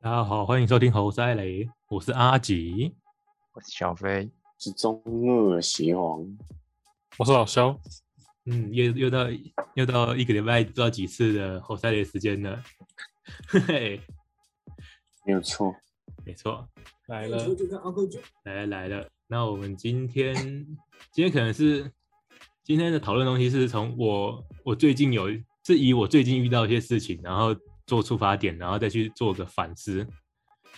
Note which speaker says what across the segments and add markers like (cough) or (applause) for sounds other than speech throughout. Speaker 1: 大家好，欢迎收听《猴塞雷》，我是阿吉。
Speaker 2: 我是小飞，
Speaker 3: 是中二邪皇，
Speaker 4: 我是老肖，
Speaker 1: 嗯，又又到又到一个礼拜不知道几次的猴塞雷时间了。嘿，
Speaker 3: 没有错。
Speaker 1: 没错，
Speaker 4: 来了，
Speaker 1: 来了来了。那我们今天今天可能是今天的讨论东西是从我我最近有是以我最近遇到一些事情，然后做出发点，然后再去做个反思，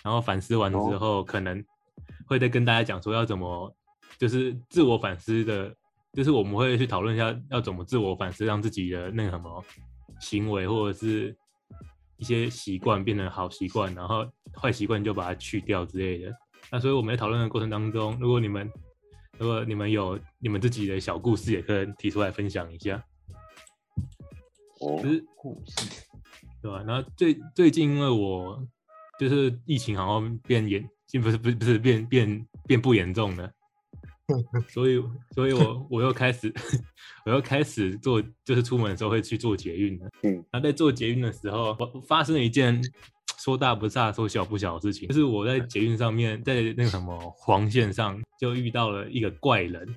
Speaker 1: 然后反思完之
Speaker 4: 哦
Speaker 1: 后，可能会再跟大家讲说要怎么就是自我反思的，就是我们会去讨论一下要怎么自我反思，让自己的那个什么行为或者是一些习惯变成好习惯，然后坏习惯就把它去掉之类的。那所以我们在讨论的过程当中，如果你们如果你们有你们自己的小故事，也可以提出来分享一下，
Speaker 3: 哦
Speaker 1: 就，是
Speaker 2: 故事
Speaker 1: 对吧、然后最最近因为我就是疫情好像变严，不是不是不是变变变不严重了，所以所以我我又开始 (laughs) 我又开始做，就是出门的时候会去做捷运了。
Speaker 3: 嗯，
Speaker 1: 然后在做捷运的时候，我发生了一件说大不大、说小不小的事情，就是我在捷运上面，在那个什么黄线上就遇到了一个怪人。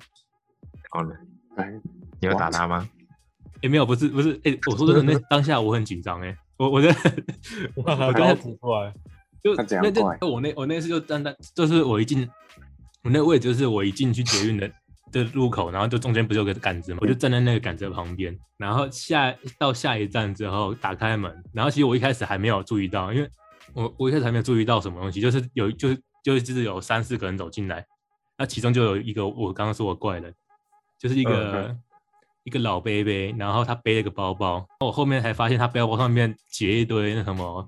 Speaker 2: 好了，
Speaker 3: 哎，
Speaker 2: 你哦有打他吗？ (laughs)
Speaker 1: 哎、没有，不是不是，哎、我说真的，那当下我很紧张，哎，我
Speaker 4: (laughs)
Speaker 1: 我在我我刚才
Speaker 4: 指出来，
Speaker 1: 就
Speaker 3: 他怎样
Speaker 1: 那那
Speaker 3: 怪
Speaker 1: 那我那我那次就单单就是我一进我那位置就是我一进去捷运的的路口，然后就中间不是有个杆子嘛，我就站在那个杆子的旁边，然后下到下一站之后打开门，然后其实我一开始还没有注意到，因为我我一开始还没有注意到什么东西，就是有就是就是就是有三四个人走进来，那其中就有一个我刚刚说我怪人，就是一个、
Speaker 3: 嗯
Speaker 1: 一个老伯伯，然后他背了个包包，我后面才发现他背包上面结一堆那什么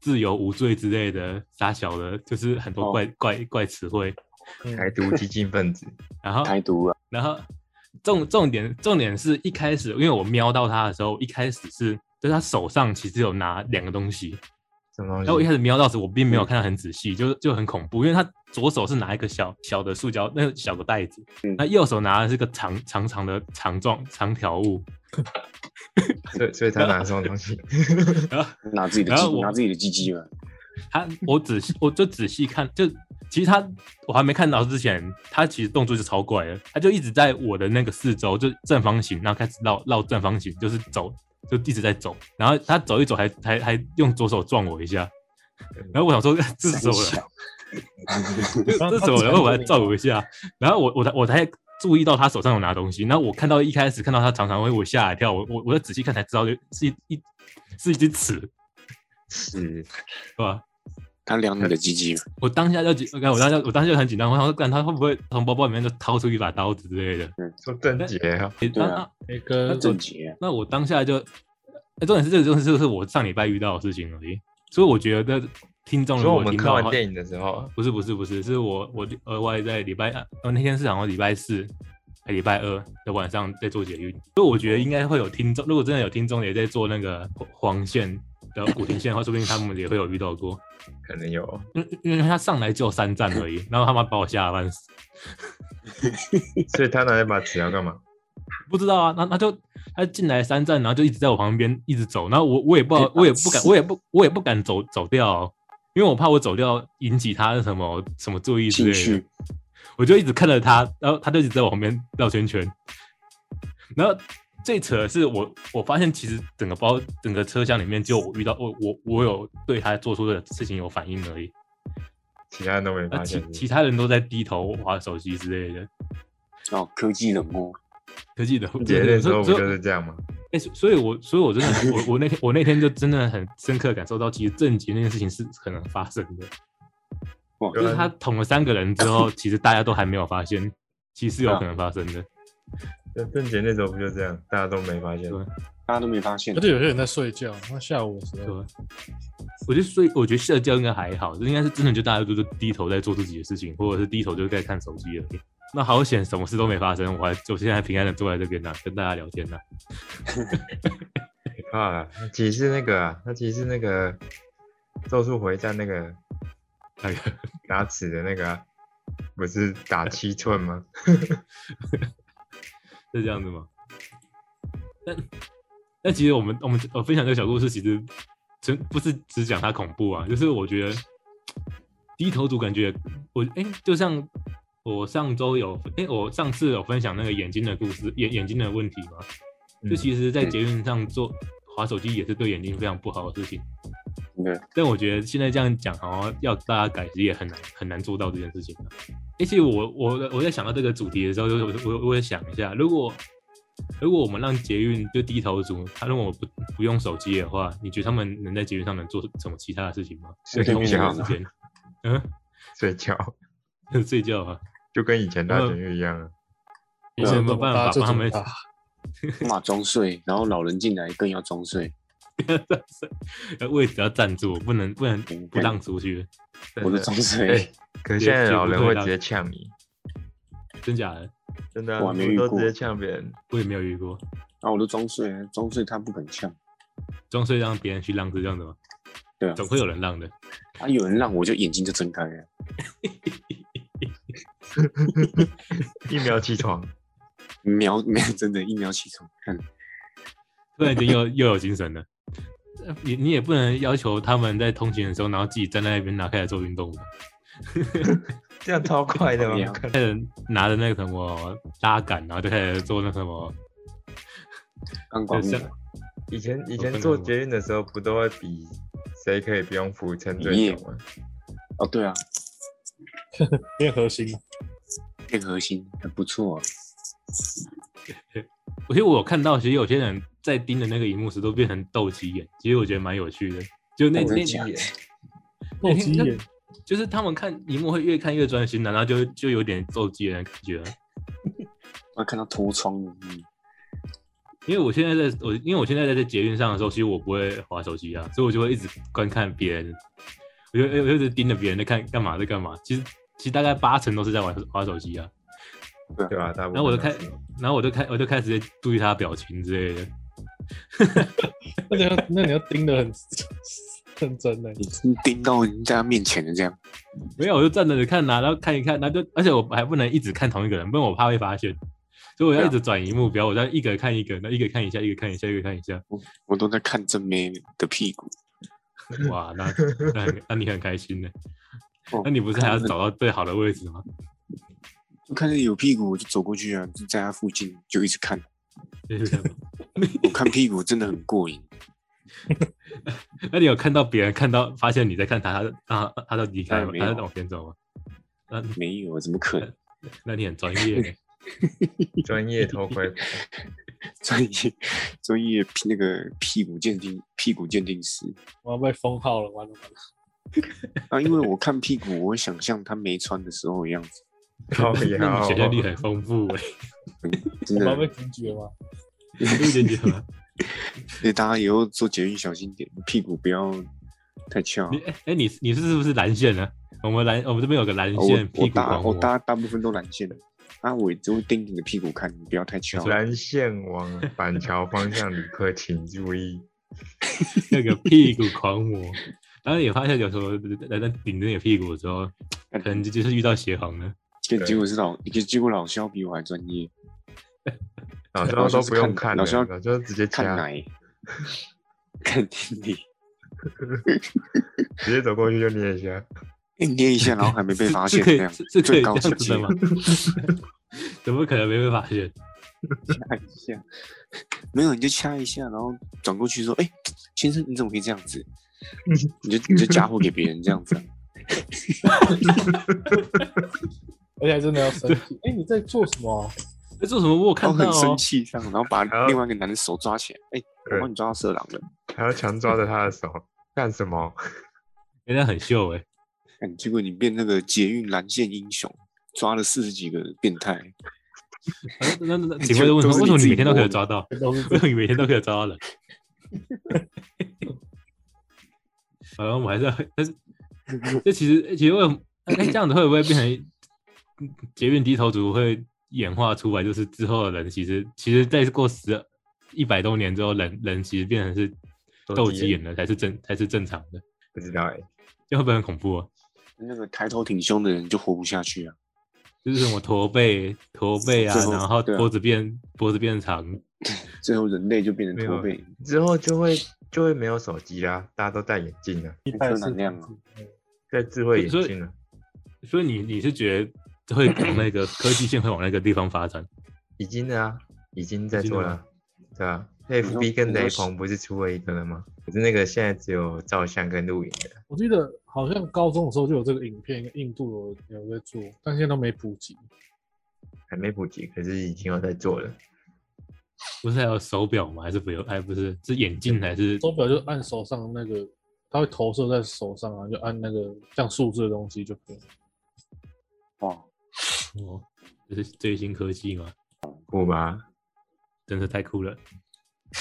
Speaker 1: 自由无罪之类的傻小的，就是很多
Speaker 3: 哦
Speaker 1: 怪、怪怪词汇。
Speaker 2: 台独激进分子，
Speaker 1: 然后
Speaker 3: 开毒了，
Speaker 1: 然后重重点重点是一开始，因为我瞄到他的时候，一开始是就是他手上其实有拿两个东西，
Speaker 2: 什么
Speaker 1: 然后我
Speaker 2: 东
Speaker 1: 一
Speaker 2: 西？
Speaker 1: 开始瞄到时，我并没有看得很仔细，就就很恐怖，因为他左手是拿一个小小的塑胶那个小的袋子，
Speaker 3: 嗯
Speaker 1: 那右手拿的是个长长长的长状长条物，
Speaker 2: 所以所以他拿什么
Speaker 1: (laughs)
Speaker 2: 东西？
Speaker 1: 然后
Speaker 3: 拿自己的
Speaker 1: 然后
Speaker 3: 鸡，
Speaker 1: 我
Speaker 3: 拿自己的鸡鸡嘛，
Speaker 1: 他我仔细我就仔细看，就其实他我还没看到之前，他其实动作就超怪的，他就一直在我的那个四周，就正方形，然后开始绕绕正方形，就是走，就一直在走，然后他走一走还还还用左手撞我一下，然后我想说 (laughs) 这是什么人？这是什么人？然后我还照顾一下，然后我我才我才注意到他手上有拿东西，然后我看到一开始看到他常常会我吓一跳，我我我要仔细看才知道是一一是一只尺，是
Speaker 2: 是
Speaker 1: 吧？
Speaker 3: 他量你的鸡鸡嘛，
Speaker 1: 我当下就紧，我我当
Speaker 3: (laughs)
Speaker 1: 下我当下就很紧张，我想说，干他会不会从包包里面就掏出一把刀
Speaker 3: (laughs)
Speaker 1: 子之类的？
Speaker 2: 说郑杰啊，
Speaker 1: 诶
Speaker 3: 对啊
Speaker 1: 那那
Speaker 4: 一个
Speaker 3: 他整洁啊，
Speaker 1: 那我当下就，诶重点是这个就是就是我上礼拜遇到的事情而已，所以我觉得听众如
Speaker 2: 说我
Speaker 1: 果
Speaker 2: 们
Speaker 1: 听
Speaker 2: 看
Speaker 1: 到的
Speaker 2: 完
Speaker 1: 话，
Speaker 2: 电影的时候，
Speaker 1: 不是不是不是，是我我额外在礼拜呃那天是好像礼拜四还礼拜二的晚上在做捷运，所以我觉得应该会有听众，如果真的有听众也在做那个黄线的古亭线的话，说不定他们也会有遇到过，
Speaker 2: 可能有
Speaker 1: 因为因为他上来就有三站而已，然后他妈把我吓得半死。
Speaker 2: 所以他拿一把尺要干嘛？
Speaker 1: 不知道啊，那他就他进来三站，然后就一直在我旁边一直走，然后我我也不好，我也不
Speaker 2: 啊
Speaker 1: 敢，我也不我也不敢走走掉哦、因为我怕我走掉引起他的什么什么注意之
Speaker 3: 兴
Speaker 1: 类的
Speaker 3: 趣。
Speaker 1: 我就一直看着他，然后他就一直在我旁边绕圈圈。然后最扯的是我我发现其实整个包整个车厢里面就我遇到我我我有对他做出的事情有反应而已，
Speaker 2: 其他人都没
Speaker 1: 那
Speaker 2: 发
Speaker 1: 啊其
Speaker 2: 现。
Speaker 1: 其他人都在低头划手机之类的。
Speaker 3: 哦，科技冷漠，
Speaker 1: 科技的，
Speaker 2: 杰那时候不
Speaker 1: 所以
Speaker 2: 就是这样吗？
Speaker 1: 哎、所所以我，所以我真的，我我那天我那天就真的很深刻地感受到，其实正极那件事情是可能发生的，
Speaker 3: 哇，
Speaker 2: 啊
Speaker 1: 就是他捅了三个人之后，其实大家都还没有发现，其实有可能发生的。
Speaker 2: 就郑啊杰那时候不就这样，大家都没发现。
Speaker 1: 对
Speaker 3: 大家都没发现
Speaker 4: 而，且有些人在睡觉，那下午的时
Speaker 1: 对
Speaker 4: 候，，
Speaker 1: 我觉得所以我觉得社交应该还好，应该是真的就大家都是低头在做自己的事情，或者是低头就在看手机而已。那好险，什么事都没发生，我还我现在平安的坐在这边呢、跟大家聊天呢、啊
Speaker 2: 你怕了？啊他其实是那个啊，他其实是那个《咒术回战》那个
Speaker 1: (laughs) 那个
Speaker 2: 打尺的那个啊，不是打七寸吗？
Speaker 1: (laughs) 是这样呃子吗？但但其实我们我们我分享这个小故事，其实真不是只讲它恐怖啊，就是我觉得低头族感觉我哎、就像我上周有哎、我上次有分享那个眼睛的故事，眼眼睛的问题嘛，就
Speaker 2: 嗯
Speaker 1: 其实，在
Speaker 3: 嗯
Speaker 1: 捷运上做滑手机也是对眼睛非常不好的事情。
Speaker 3: 真的，
Speaker 1: 但我觉得现在这样讲，好像要大家改，其实也很难很难做到这件事情啊。而且我我我在想到这个主题的时候，就是我我我也想一下，如果如果我们让捷运就低头族，他如果不不用手机的话，你觉得他们能在捷运上能做什么其他的事情吗？
Speaker 2: 睡
Speaker 1: 通勤
Speaker 2: 觉
Speaker 1: 的时间，嗯， (laughs)
Speaker 2: 睡觉，
Speaker 1: 睡觉啊，
Speaker 2: 就跟以前
Speaker 1: 然
Speaker 2: 搭
Speaker 1: 后
Speaker 2: 监狱一样啊。
Speaker 4: 医
Speaker 1: 有
Speaker 4: 生
Speaker 1: 没有
Speaker 4: 都
Speaker 1: 办法
Speaker 4: 搭这
Speaker 1: 帮他们
Speaker 4: 种
Speaker 1: (laughs)
Speaker 4: 搭，
Speaker 3: 嘛装睡，然后老人进来更要装
Speaker 1: (laughs)
Speaker 3: 睡。
Speaker 1: 位置要站住，不能不能
Speaker 3: 嗯
Speaker 1: 不让出去，
Speaker 3: 我的
Speaker 2: 真
Speaker 3: 装
Speaker 2: 的哎，
Speaker 3: 睡，
Speaker 2: 可是
Speaker 1: 直接
Speaker 2: 现在
Speaker 1: 接
Speaker 2: 老
Speaker 1: 不
Speaker 2: 人
Speaker 1: 对
Speaker 2: 会
Speaker 1: 啦
Speaker 2: 直接呛你，
Speaker 1: 真假的
Speaker 2: 真的啊，
Speaker 3: 我还没遇
Speaker 2: 都
Speaker 3: 过
Speaker 2: 直接呛别人。
Speaker 1: 我也没有遇过，
Speaker 3: 然后啊我都装睡，装睡他不肯呛。
Speaker 1: 装睡让别人去让是这样的吗？
Speaker 3: 对啊，
Speaker 1: 总会有人让的。
Speaker 3: 啊，有人让我就眼睛就睁开了。
Speaker 2: 一秒起床，
Speaker 3: (laughs) 瞄 (laughs) 瞄，真的，一瞄起床看，
Speaker 1: (laughs) 突然间又又有精神了。呃你你也不能要求他们在通勤的时候，然后自己站在那边拿开来做运动吧，
Speaker 2: 这样超快的
Speaker 3: 好呀
Speaker 2: 吗？看
Speaker 1: 开 (laughs) 始拿着那个什么拉杆，然后就开始做那什么，
Speaker 3: 钢管
Speaker 1: 就
Speaker 3: 舞
Speaker 1: 像
Speaker 2: 以前以
Speaker 1: 我
Speaker 2: 前
Speaker 1: 看
Speaker 2: 做
Speaker 1: 到
Speaker 2: 捷运的时候，不都会比谁可以不用俯撑
Speaker 3: 比
Speaker 2: 最
Speaker 3: 耶
Speaker 2: 久吗？
Speaker 3: 哦，对啊，
Speaker 4: 练核 (laughs) 心。
Speaker 3: 练核心很不错、啊，
Speaker 1: 我其实我有看到，其实有些人在盯着那个荧幕时都变成斗鸡眼，其实我觉得蛮有趣的。就那
Speaker 3: 斗
Speaker 1: 那
Speaker 3: 鸡眼
Speaker 4: 斗鸡眼，
Speaker 1: 就是他们看荧幕会越看越专心的，然后就就有点斗鸡眼的感觉。
Speaker 3: 我啊看到脱窗了，嗯，
Speaker 1: 因为我现在在我因为我现在在在捷运上的时候，其实我不会滑手机啊，所以我就会一直观看别人，我就我就一直盯着别人在看干嘛在干嘛。其实其实大概八成都是在玩滑手机啊，
Speaker 2: 对吧？大部分
Speaker 1: 然后我就
Speaker 2: 都
Speaker 1: 开
Speaker 2: 是
Speaker 1: 然后我就开我就开始注意他的表情之类的。
Speaker 4: 那你要那你要盯得很认真呢。
Speaker 3: 你盯到人家面前的这样，
Speaker 1: 没有，我就站着看呐、啊然后看一看，然后就而且我还不能一直看同一个人，不然我怕会发现，所以我要一直转移目标，我要一个看一个，那一个看一下，一个看一下，一个看一下。
Speaker 3: 我都在看正妹的屁股，
Speaker 1: 哇，那那很那你很开心呢、
Speaker 3: 哦
Speaker 1: 那你不是还要
Speaker 3: 看得
Speaker 1: 找到最好的位置吗？ (laughs)
Speaker 3: 就看见有屁股我就走过去啊，就在他附近就一直看，
Speaker 1: 就是这样
Speaker 3: 我看屁股真的很过瘾，
Speaker 1: (laughs) 那你有看到别人看到发现你在看他，他他他都离开
Speaker 3: 当然
Speaker 1: 吗？
Speaker 3: 哎没有
Speaker 1: 他在往前走吗？那
Speaker 3: 没有，怎么可能？
Speaker 1: 那你很专业
Speaker 3: (laughs)
Speaker 1: 耶，
Speaker 2: 专业偷
Speaker 1: (laughs)
Speaker 2: 窥狂，
Speaker 3: 专 (laughs) 业专业屁那个屁股鉴定屁股鉴定师
Speaker 4: 我要被封号了，完了完了。
Speaker 3: 啊，因为我看屁股，我会想象他没穿的时候的样子，
Speaker 2: 靠
Speaker 1: 那
Speaker 2: 腰
Speaker 1: (laughs) 你想象力很丰富
Speaker 3: (laughs)
Speaker 1: 哎，
Speaker 3: 真
Speaker 4: 我
Speaker 3: 的
Speaker 4: 要，被停绝吗？
Speaker 1: 对姐姐吗？
Speaker 3: 所以大家以后做捷运小心点，屁股不要太翘。
Speaker 1: (laughs) 你哎哎你你是是不是蓝线呢？我们蓝我们这边有个蓝
Speaker 3: 哦
Speaker 1: 线
Speaker 3: 我我
Speaker 1: 屁股
Speaker 3: 大
Speaker 1: 狂
Speaker 3: 我
Speaker 1: 魔，
Speaker 3: 大大部分都蓝线的，啊，我只会盯着你的屁股看，你不要太翘。
Speaker 2: 蓝线往板桥方向旅客请注意，
Speaker 1: (laughs) 那个屁股狂魔。然后你发现有时候人在顶着你的屁股的时候，可能就就是遇到协航了。
Speaker 3: 结结果是老，结果老肖比我还专业，
Speaker 2: 老
Speaker 3: 老
Speaker 2: 师
Speaker 3: 师
Speaker 2: 都
Speaker 3: 是
Speaker 2: 不用看
Speaker 3: 看老
Speaker 2: 了，
Speaker 3: 师要
Speaker 2: 老师直
Speaker 1: 啊
Speaker 2: 接
Speaker 3: 看
Speaker 2: 掐，
Speaker 3: 奶，看你
Speaker 2: 直接走过去就捏一下，
Speaker 3: 哎捏一下，然后还没被
Speaker 1: 是 (laughs)
Speaker 3: 发
Speaker 1: 是
Speaker 3: 现
Speaker 1: 可
Speaker 3: 这
Speaker 1: 以
Speaker 3: 样，
Speaker 1: 是是可以
Speaker 3: 最
Speaker 1: 这
Speaker 3: 高
Speaker 1: 样
Speaker 3: 境
Speaker 1: 子
Speaker 3: 界？
Speaker 1: 的吗？怎么可能没被发现？
Speaker 3: 掐一下， (laughs) 没有你就掐一下，然后转过去说：“哎、先生，你怎么可以这样
Speaker 1: (laughs)
Speaker 3: 子？”你就你就嫁祸给别人这样子啊，
Speaker 4: 而且还真的要生气。哎，你在做什么啊？
Speaker 1: 在做什么？我有
Speaker 3: 然
Speaker 1: 看
Speaker 3: 后
Speaker 1: 到
Speaker 3: 很生
Speaker 1: 哦，
Speaker 3: 气这样，然后把
Speaker 2: 还要
Speaker 3: 另外一个男的手抓起来，哎、我
Speaker 2: 对
Speaker 3: 帮你抓到色狼了，
Speaker 2: 还要强抓着他的手干什么？ (laughs)
Speaker 1: 人家很秀
Speaker 3: (laughs)
Speaker 1: 哎。
Speaker 3: 哎结果你变那个捷运蓝线英雄，抓了四十几个变态。
Speaker 1: 啊那那那，警卫就问说：“为什么你每天都可以抓到？(laughs)
Speaker 4: 都是
Speaker 1: 为什么你每天都可以抓到
Speaker 3: (laughs)
Speaker 1: 人？”好了，我们还是要，但是这其实其实为什么哎这样子会不会变成捷运低头族会演化出来？就是之后的人其实其实再过十一百多年之后，人人其实变成是斗鸡眼了，才是正才是正常的，
Speaker 2: 不知道哎，
Speaker 1: 这会不会很恐怖啊？
Speaker 3: 那个抬头挺胸的人就活不下去啊！
Speaker 1: 就是什么驼背驼背啊
Speaker 3: 最，后
Speaker 1: 然后
Speaker 3: 对啊
Speaker 1: 脖子变脖子变长，
Speaker 3: 最后人类就变
Speaker 2: 没
Speaker 3: 成
Speaker 2: 有
Speaker 3: 驼背，
Speaker 2: 之后就会就会没有手机啦，大家都戴眼镜了，
Speaker 4: 一代
Speaker 3: 负
Speaker 4: 是
Speaker 3: 能量啊
Speaker 2: 戴智慧眼
Speaker 1: 所以
Speaker 2: 镜了。
Speaker 1: 所以你你是觉得会往那个科技线会往那个地方发展？
Speaker 2: 已经的啊，已经在
Speaker 1: 已经
Speaker 2: 做
Speaker 1: 的
Speaker 2: 了
Speaker 1: 吗
Speaker 2: 啊，对啊。
Speaker 3: 说
Speaker 2: FB 跟
Speaker 3: 你说
Speaker 2: 雷
Speaker 3: 是
Speaker 2: 朋不是出了一个了吗？可是那个现在只有照相跟录影的，
Speaker 4: 我记得好像高中的时候就有这个影片，印度有有在做，但现在都没普及。
Speaker 2: 还没普及，可是已经有在做了。
Speaker 1: 不是还有手表吗？还是不用？哎，不是，是眼镜还是
Speaker 4: 手表就按手上那个，它会投射在手上啊，就按那个像数字的东西就可以。
Speaker 3: 哇，
Speaker 1: 哦？这是最新科技吗？
Speaker 2: 酷吧？
Speaker 1: 真是太酷了！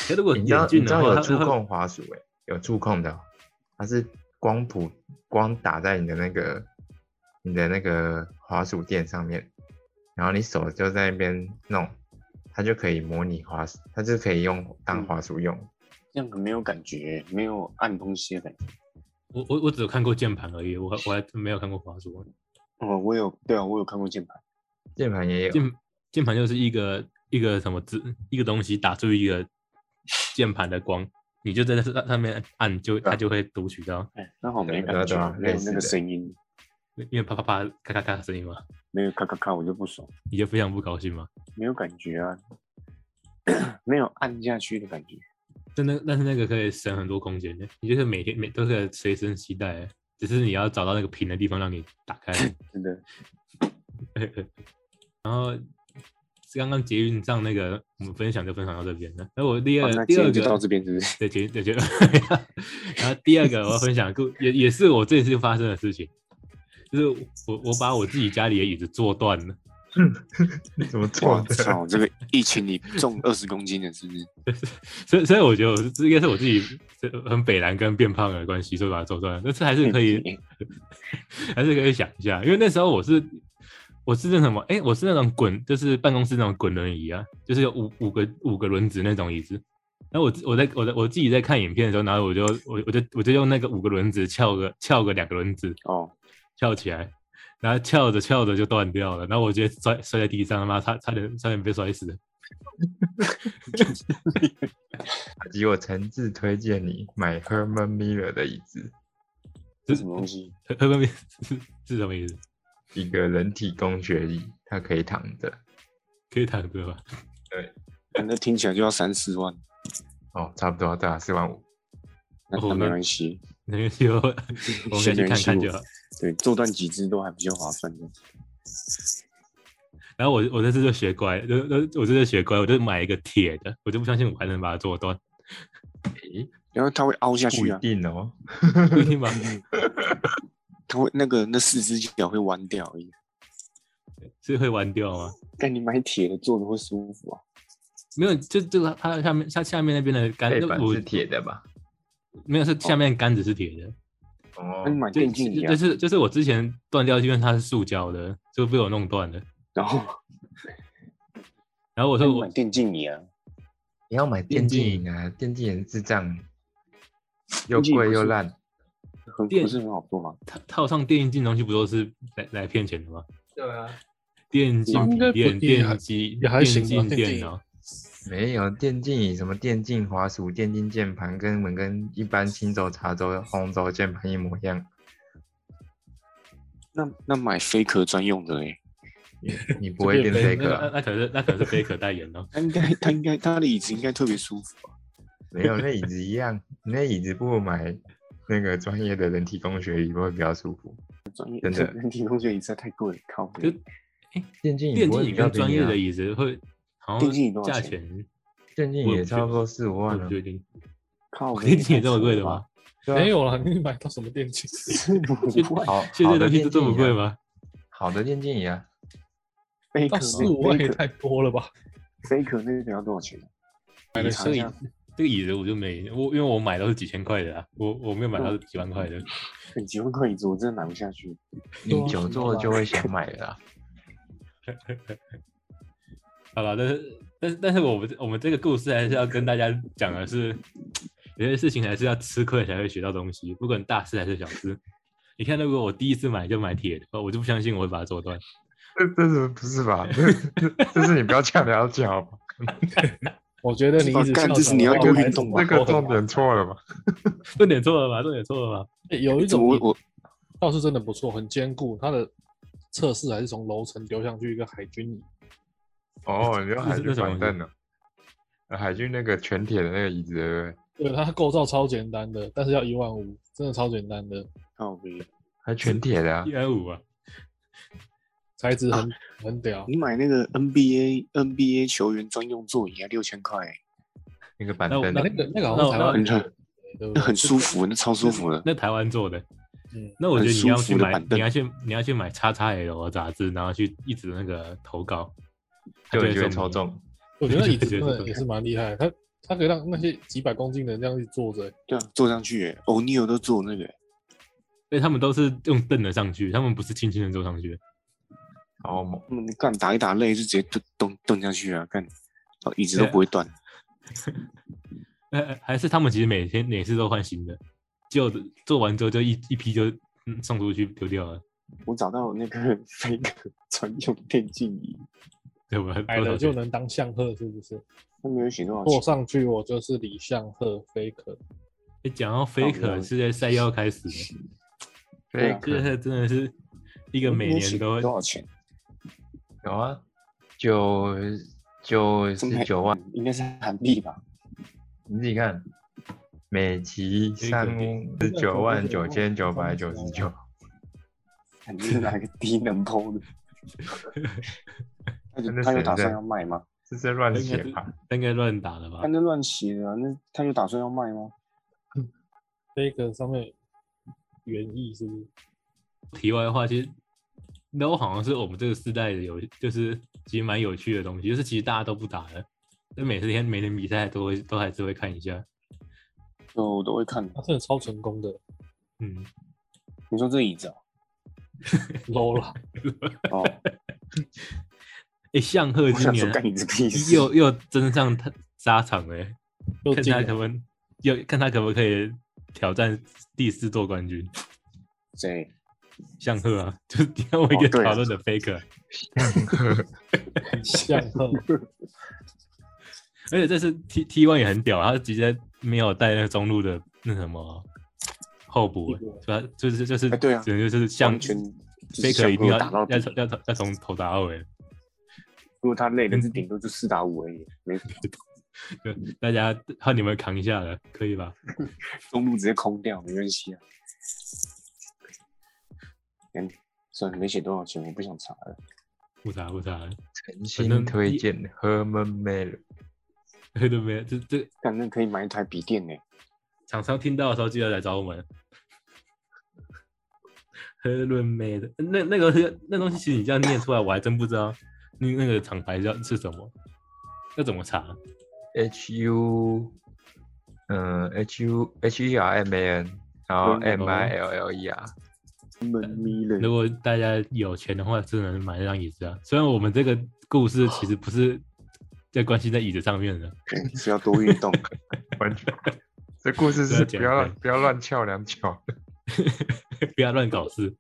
Speaker 1: 哎，如果
Speaker 2: 你知道
Speaker 1: 眼
Speaker 2: 你
Speaker 1: 镜
Speaker 2: 知
Speaker 1: 的
Speaker 2: 道
Speaker 1: 话，
Speaker 2: 有
Speaker 1: 它
Speaker 2: 触
Speaker 1: 它
Speaker 2: 控滑鼠诶、有触控的哦、它是光谱光打在你的那个你的那个滑鼠垫上面，然后你手就在那边弄，它就可以模拟滑鼠，它就可以用当
Speaker 3: 嗯
Speaker 2: 滑鼠用。
Speaker 3: 这样很没有感觉，没有按东西的感觉。
Speaker 1: 我我我只有看过键盘而已，我还我还真没有看过滑鼠。
Speaker 3: 哦，我有，对啊，我有看过键盘，
Speaker 2: 键盘也有，
Speaker 1: 键键盘就是一个一个什么字一个东西打出一个键盘的光，你就在那上上面按，就
Speaker 3: 对啊
Speaker 1: 它就会读取到，
Speaker 3: 哎，那好没
Speaker 2: 对啊
Speaker 3: 感
Speaker 2: 对
Speaker 3: 觉
Speaker 2: 啊对啊，
Speaker 3: 没有
Speaker 2: 类似
Speaker 3: 那个
Speaker 2: 的
Speaker 3: 声音，
Speaker 1: 因为啪啪啪咔咔咔的声音嘛，
Speaker 3: 没有咔咔咔，我就不爽，
Speaker 1: 你就非常不高兴嘛。
Speaker 3: 没有感觉啊，没有按下去的感觉。
Speaker 1: 但那但是那个可以省很多空间的，你就是每天每都可以随身携带，只是你要找到那个平的地方让你打开。
Speaker 3: 真的，
Speaker 1: (laughs) 然后刚刚捷运上那个我们分享就分享到这边了。那我第
Speaker 3: 好
Speaker 1: 二、
Speaker 3: 哦那
Speaker 1: 第
Speaker 3: 今
Speaker 1: 二
Speaker 3: 天
Speaker 1: 个
Speaker 3: 就到这边是不是？
Speaker 1: 对，结对结， (laughs) 然后第二个我要分享的故，也也是我这次发生的事情，就是我我把我自己家里的椅子坐断了， (laughs)
Speaker 2: 怎么做
Speaker 3: 我
Speaker 2: 的？
Speaker 3: (laughs)
Speaker 2: (laughs)
Speaker 3: 操，这个疫情里重二十公斤的，是不是？
Speaker 1: 所以所以我觉得我是这应该是我自己这很北蓝跟变胖的关系，所以把它坐断了。但是还是可以，
Speaker 3: 哎
Speaker 1: 还是可以想一下，因为那时候我是我是那什么，哎、我是那种滚，就是办公室那种滚轮椅啊，就是有五五个五个轮子那种椅子。然后我我在我在我自己在看影片的时候，然后我就我我就我就用那个五个轮子翘个翘个两个轮子，
Speaker 3: 哦，
Speaker 1: 翘起来，然后翘着翘着就断掉了，然后我直接摔摔在地上，他妈差差点差点被摔死。 (laughs)
Speaker 2: 及我诚挚推荐你买 Herman Miller 的椅子，
Speaker 3: 这什么东西？
Speaker 1: 呵呵呵是是什么意思？
Speaker 2: 一个人体工学椅，它可以躺着。
Speaker 1: 可以躺着吧？
Speaker 3: 那听起来就要三四万，
Speaker 2: 哦，差不多，对啊，四万五。
Speaker 3: 那
Speaker 1: 哦
Speaker 3: 那没
Speaker 1: 那
Speaker 3: 关系，
Speaker 1: 那个就 (laughs) 我们可以去看看就好。
Speaker 3: 对，做断几只都还比较划算的。
Speaker 1: 然后我我这次就学乖，就就我这次学乖，我就买一个铁的，我就不相信我还能把它做
Speaker 4: (laughs)
Speaker 1: 断，
Speaker 2: 诶，
Speaker 3: 然后它会凹下
Speaker 2: 不
Speaker 3: 去
Speaker 2: 一
Speaker 3: 啊，
Speaker 2: 定哦。
Speaker 1: 不一定
Speaker 4: 嗯
Speaker 1: 吧？
Speaker 3: 它会那个那四只脚会弯掉而已。
Speaker 1: 是会弯掉吗？
Speaker 3: 但你买铁的坐的会舒服啊？
Speaker 1: 没有，就这个它下面下下面那边的杆
Speaker 2: 背，
Speaker 1: 那
Speaker 2: 板
Speaker 1: 我
Speaker 2: 是铁的吧？
Speaker 1: 没
Speaker 4: 哦
Speaker 1: 有是下面杆子是铁的，
Speaker 2: 哦
Speaker 3: 那你，买
Speaker 1: 就
Speaker 3: 电竞椅啊
Speaker 1: 就，是就是我之前断掉，因为它是塑胶的，就被我弄断了。
Speaker 3: 然后
Speaker 1: 然后我
Speaker 3: 那
Speaker 1: 说
Speaker 3: 你
Speaker 1: 我
Speaker 3: 买电竞椅啊，
Speaker 2: 你要买
Speaker 1: 电
Speaker 2: 电竞
Speaker 1: 竞
Speaker 2: 椅啊，电竞椅智障，又
Speaker 3: 竞椅
Speaker 2: 贵
Speaker 3: 不
Speaker 2: 又
Speaker 3: 是
Speaker 2: 烂。
Speaker 3: 很
Speaker 1: 电
Speaker 3: 不是很好做吗？
Speaker 1: 套套上电竞的东西不都是来来骗钱的吗？
Speaker 2: 对啊，
Speaker 1: 电竞
Speaker 4: 应该
Speaker 1: 笔
Speaker 4: 不
Speaker 1: 电、
Speaker 4: 也还
Speaker 1: 电机、
Speaker 4: 也还行
Speaker 1: 电
Speaker 4: 吧
Speaker 1: 竞
Speaker 4: 电竞
Speaker 1: 电脑，
Speaker 2: 没有电竞椅，什么电竞滑鼠、电竞键盘，根本跟一般青轴、茶轴、红轴键盘一模一样。
Speaker 3: 那那买飞壳专用的哎，
Speaker 2: 你不会
Speaker 4: 这
Speaker 2: 变这
Speaker 4: 边
Speaker 1: 那那
Speaker 2: 个、啊？
Speaker 1: 那可是那可是 Faker 代言哦。
Speaker 3: 它应该它应该它的椅子应该特别舒服啊吧？
Speaker 2: 没有，那椅子一样，你那椅子不如买那个专业的人体工学椅会比较舒服。
Speaker 3: 专业
Speaker 2: 真的
Speaker 3: 人体工学椅实在太贵了，靠北！
Speaker 1: 可
Speaker 2: 电竞椅
Speaker 1: 电
Speaker 2: 不
Speaker 1: 竞
Speaker 2: 会比
Speaker 1: 椅
Speaker 2: 较
Speaker 1: 跟
Speaker 2: 便
Speaker 1: 专
Speaker 2: 宜
Speaker 1: 业
Speaker 2: 啊
Speaker 1: 的，椅子会好
Speaker 3: 电竞椅多
Speaker 1: 像
Speaker 3: 少
Speaker 1: 价
Speaker 3: 钱
Speaker 1: 钱
Speaker 2: 电竞
Speaker 1: 我
Speaker 2: 椅
Speaker 1: 也
Speaker 2: 也
Speaker 1: 不
Speaker 2: 差
Speaker 1: 确
Speaker 2: 不多四五
Speaker 1: 我
Speaker 2: 万啊
Speaker 1: 不
Speaker 2: 了。
Speaker 1: 确定，
Speaker 3: 靠北，
Speaker 1: 电竞椅这么贵的吗？
Speaker 2: 对啊
Speaker 4: 没有啦，你买到什么电器？
Speaker 3: 太扯了
Speaker 1: (laughs)
Speaker 3: 吧？四五万
Speaker 2: 好，
Speaker 1: 现
Speaker 2: 好
Speaker 1: 在
Speaker 2: 的
Speaker 1: 东西
Speaker 2: 电
Speaker 1: 都这
Speaker 2: 竞
Speaker 1: 么
Speaker 2: 椅
Speaker 1: 贵
Speaker 2: 啊，
Speaker 1: 吗？
Speaker 2: 好的电竞椅啊，
Speaker 3: 飞
Speaker 4: 到
Speaker 3: 壳
Speaker 4: 十五万也
Speaker 3: 飞壳
Speaker 4: 太多了吧？
Speaker 3: 飞壳那个要多少钱？啊
Speaker 4: 买了摄
Speaker 1: 这个
Speaker 4: 影
Speaker 1: 椅这个椅子我就没我，因为我买都是几千块的啊，我我没有买
Speaker 2: 哦
Speaker 1: 到几万块的。
Speaker 3: 很哎几万块椅子我真的买不下去。
Speaker 2: 你
Speaker 4: 对啊
Speaker 2: 久
Speaker 4: 是
Speaker 2: 坐
Speaker 4: 吧
Speaker 2: 就会想买
Speaker 1: (laughs)
Speaker 2: 了啊。 (laughs)
Speaker 1: 好了，但是但是但是我们我们这个故事还是要跟大家讲的是，有些事情还是要吃亏才会学到东西，不管大事还是小事。你看，如果我第一次买就买铁的话，我就不相信我会把它做断。 (laughs)
Speaker 2: (laughs) 这这是不是吧？这这是你不要这样了解好吧？
Speaker 4: 我觉得你一直
Speaker 3: 哦干
Speaker 4: 跳
Speaker 3: 这是
Speaker 4: 绳
Speaker 3: 你
Speaker 4: 的
Speaker 3: 要
Speaker 4: 话
Speaker 2: 多
Speaker 4: 我
Speaker 3: 运
Speaker 1: (laughs)
Speaker 4: 还
Speaker 3: 动吧
Speaker 2: 这个
Speaker 1: 哦
Speaker 4: 我很
Speaker 2: 重点错了吧？
Speaker 1: 重点错了吧？重点错了吧？
Speaker 4: 欸有一
Speaker 3: 怎么
Speaker 4: 种
Speaker 3: 我我
Speaker 4: 倒是真的不错，很坚固。它的测试还是从楼层丢上去一个海军椅，
Speaker 2: 哦，你说海
Speaker 1: 这是这
Speaker 2: 军板
Speaker 1: 什么
Speaker 2: 凳呢？呃海军那个全铁的那个椅子，对不对
Speaker 4: 对它构造超简单的，但是要一万五，真的超简单的，
Speaker 3: 靠背，
Speaker 2: 还全铁的啊
Speaker 1: 一？百五啊，
Speaker 4: 材质很、
Speaker 3: 啊
Speaker 4: 很屌。
Speaker 3: 你买那个 NBA NBA 球员专用座椅啊，六千块，
Speaker 2: 那个板
Speaker 1: 那我
Speaker 2: 凳
Speaker 4: 那
Speaker 1: 那
Speaker 2: 的，
Speaker 4: 个那个好
Speaker 1: 那我
Speaker 4: 像台
Speaker 1: 那我
Speaker 4: 湾
Speaker 3: 很
Speaker 4: 有
Speaker 3: 很
Speaker 4: 对
Speaker 3: 那
Speaker 4: 不对？
Speaker 3: 很舒服，那超舒服的。
Speaker 1: 那台湾做的。
Speaker 4: 嗯，
Speaker 1: 那我觉得
Speaker 3: 很
Speaker 1: 你
Speaker 3: 舒
Speaker 1: 要
Speaker 3: 服
Speaker 1: 去
Speaker 3: 的
Speaker 1: 买
Speaker 3: 板，凳
Speaker 1: 你要去你要去买叉叉 L 杂志，然后去一直那个投稿，它
Speaker 2: 就
Speaker 1: 会
Speaker 2: 你就
Speaker 1: 送
Speaker 2: 会超
Speaker 1: 你。
Speaker 2: 重。
Speaker 4: 我觉得那椅子真
Speaker 1: 对对
Speaker 4: 的
Speaker 1: 对
Speaker 4: 也是蛮厉害的，它它可以让那些几百公斤的人这样去坐着、欸
Speaker 3: 对啊，坐上去、欸，欧尼尔都坐那个、欸，
Speaker 1: 所以他们都是用蹬的上去，他们不是轻轻的坐上去。
Speaker 2: 好猛！
Speaker 3: 他们嗯干打一打累就直接蹲蹲蹲下去啊，干，哦椅子都
Speaker 1: 对啊
Speaker 3: 不会断。
Speaker 1: 呃，还是他们其实每天每次都换新的，旧的做完之后就一一批就、嗯、送出去丢掉了，
Speaker 3: 我找到那个 (laughs) 那个专用电竞椅，
Speaker 1: 对吧？
Speaker 4: 买
Speaker 1: 多少
Speaker 4: 了哎就
Speaker 1: 钱
Speaker 4: 能当相鹤，是不是？
Speaker 3: 它没有写多少
Speaker 4: 坐
Speaker 3: 钱，
Speaker 4: 上去我就是李相鹤 faker。
Speaker 1: 诶哎讲到
Speaker 3: 靠腰
Speaker 1: Faker 是在赛要开始了，
Speaker 3: 对啊
Speaker 2: 这
Speaker 1: 这
Speaker 2: 个
Speaker 1: 个真的是一个
Speaker 3: 那
Speaker 1: 每
Speaker 3: 边写
Speaker 1: 年都
Speaker 3: 多少钱？
Speaker 2: 有啊，九九
Speaker 3: 真的
Speaker 2: 十九万，，
Speaker 3: 应该是韩币吧？
Speaker 2: 你自己看，每期
Speaker 1: 这个
Speaker 2: 三十九万
Speaker 4: 这
Speaker 2: 九
Speaker 4: 个
Speaker 2: 千九百九十九，
Speaker 3: 你是哪个低能抛
Speaker 1: (laughs)
Speaker 3: 的？他就
Speaker 2: 那
Speaker 3: 他有
Speaker 2: 谁
Speaker 3: 打
Speaker 2: 在
Speaker 3: 算要卖吗？
Speaker 2: 这是乱
Speaker 1: 应该
Speaker 2: 写
Speaker 1: 是
Speaker 2: 吧？
Speaker 1: 应该乱打了吧
Speaker 3: 他？那乱写的啊、那他有打算要卖吗？
Speaker 4: faker 上面原意是不是？
Speaker 1: 题外话，其实 LO 好像是我们这个时代的有，就是其实蛮有趣的东西，就是其实大家都不打了，就每天每天比赛都会都还是会看一下。
Speaker 3: 就我都会看。
Speaker 4: 它真的超成功的
Speaker 1: 嗯，
Speaker 3: 你说这椅子啊、
Speaker 4: low 啦，
Speaker 3: 哦？
Speaker 1: (laughs) 哎、向赫
Speaker 3: 我
Speaker 1: 今
Speaker 3: 想说
Speaker 1: 年
Speaker 3: 干你这屁事。
Speaker 1: 又又登上他沙场哎、
Speaker 4: (laughs) 又
Speaker 1: 看
Speaker 4: 进
Speaker 1: 他可
Speaker 4: 了
Speaker 1: 不又看他可不可以挑战第四座冠军。
Speaker 3: 谁？
Speaker 1: 向赫啊，就是 (laughs) 今天我一个
Speaker 3: 哦对啊
Speaker 1: 讨论的 faker，、
Speaker 4: 相鹤。
Speaker 1: 而且这次 T T one 也很屌，啊他直接没有带那个中路的那什么候补、欸，
Speaker 4: 替
Speaker 1: 主要就是就是、
Speaker 3: 哎对啊
Speaker 1: 只能就是像
Speaker 3: 完全就是像
Speaker 1: faker 一定要
Speaker 3: 打到底
Speaker 1: 要。要要要从头打到尾，
Speaker 3: 如果他
Speaker 1: 嗯
Speaker 3: 累了，这顶多就四打五而已，没
Speaker 1: 就大家看你们扛一下了，可以吧？
Speaker 3: 中路直接空掉，没关系啊。嗯，算了，没写多少钱，我不想查了。
Speaker 1: 不打不 (laughs) 打，
Speaker 2: 诚
Speaker 1: 正
Speaker 2: 心推荐 Herman Miller，
Speaker 1: 对没有，这这
Speaker 3: 干，那可以买一台笔电呢、
Speaker 1: 厂商听到的时候记得来找我们。 (laughs) 和润妹的那那个是那东西，其实你这样念出来，我还真不知道那那个厂牌叫是什么，要怎么查？
Speaker 2: H U，嗯，H U H E R M A N，然后
Speaker 1: 哦
Speaker 3: Herman
Speaker 2: M I L L E R，
Speaker 3: 闷咪
Speaker 1: 如
Speaker 3: 了，
Speaker 1: 果大家有钱的话，真的能买那张椅子啊。虽然我们这个故事其实不是在关心在椅子上面的，
Speaker 3: (laughs) 是要多运动。 (laughs)
Speaker 2: 完全。这故事
Speaker 1: 不要
Speaker 2: 是
Speaker 1: 减
Speaker 2: 不要
Speaker 1: 肥
Speaker 2: 乱不要乱翘两脚，
Speaker 1: (laughs) 不要乱搞事。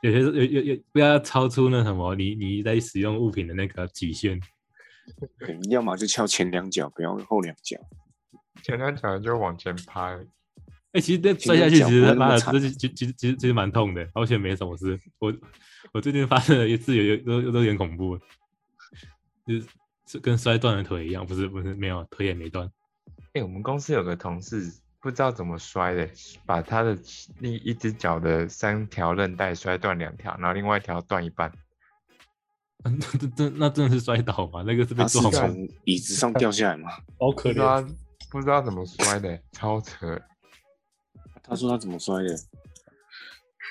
Speaker 1: 有些有有有，不要超出那什么你你在使用物品的那个极限。
Speaker 3: 对，要么就翘前两脚，不要后两脚。
Speaker 2: 前两脚就往前趴而已。
Speaker 1: 哎、其实这摔下去，其实他妈的，这其其其实其实其实蛮痛的，而且没什么事。我我最近发生了一次有有都都有点恐怖，就是是跟摔断了腿一样，不是不是没有腿也没断，
Speaker 2: 哎、我们公司有个同事不知道怎么摔的，把他的另一只脚的三条韧带摔断两条，然后另外一条断一半。
Speaker 1: 嗯这这那真的是摔倒吗？那个是被
Speaker 3: 他是
Speaker 1: 撞吗？
Speaker 3: 从椅子上掉下来
Speaker 1: (laughs)
Speaker 3: 嘛？
Speaker 4: 好
Speaker 2: 不
Speaker 4: 可
Speaker 2: 知道
Speaker 4: 怜，
Speaker 2: 他不知道怎么摔的，超扯！
Speaker 3: 他说他怎么摔的？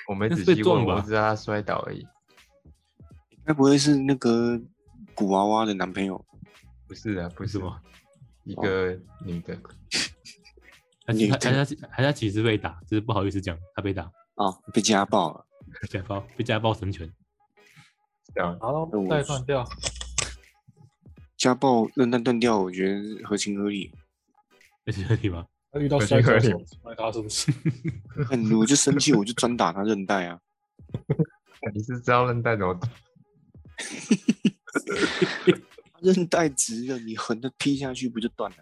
Speaker 2: 我没
Speaker 1: 那
Speaker 2: 仔
Speaker 1: 是被
Speaker 2: 细
Speaker 1: 撞
Speaker 2: 问，我
Speaker 1: 吧
Speaker 2: 只知道他摔倒而已。
Speaker 3: 该不会是那个古娃娃的男朋友？
Speaker 2: 不是啊，不
Speaker 1: 为什
Speaker 2: 是
Speaker 1: 么？
Speaker 2: 一
Speaker 3: 哦
Speaker 2: 个女的，
Speaker 1: 还
Speaker 3: 你
Speaker 1: 是
Speaker 3: 这
Speaker 1: 还是他还是他其实被打，只是不好意思讲，他被打，
Speaker 3: 啊、被家暴了，
Speaker 1: 被家暴，被家暴成全。
Speaker 2: 这 (laughs) 样
Speaker 4: 然后
Speaker 3: 我
Speaker 4: 再断掉，
Speaker 3: 家暴韧带断掉，我觉得合情
Speaker 1: (laughs)
Speaker 3: 合理。
Speaker 1: 那是合理吗？
Speaker 4: 他遇到
Speaker 2: 我
Speaker 4: 摔
Speaker 2: 觉
Speaker 4: 跤
Speaker 2: 得
Speaker 4: 手
Speaker 2: 有
Speaker 4: 摔他是不是？ (laughs)
Speaker 3: 嗯，我就生气，我就专打他韧带啊！
Speaker 2: 你是知道韧带怎么？
Speaker 3: 韧带直了，你横的劈下去不就断了？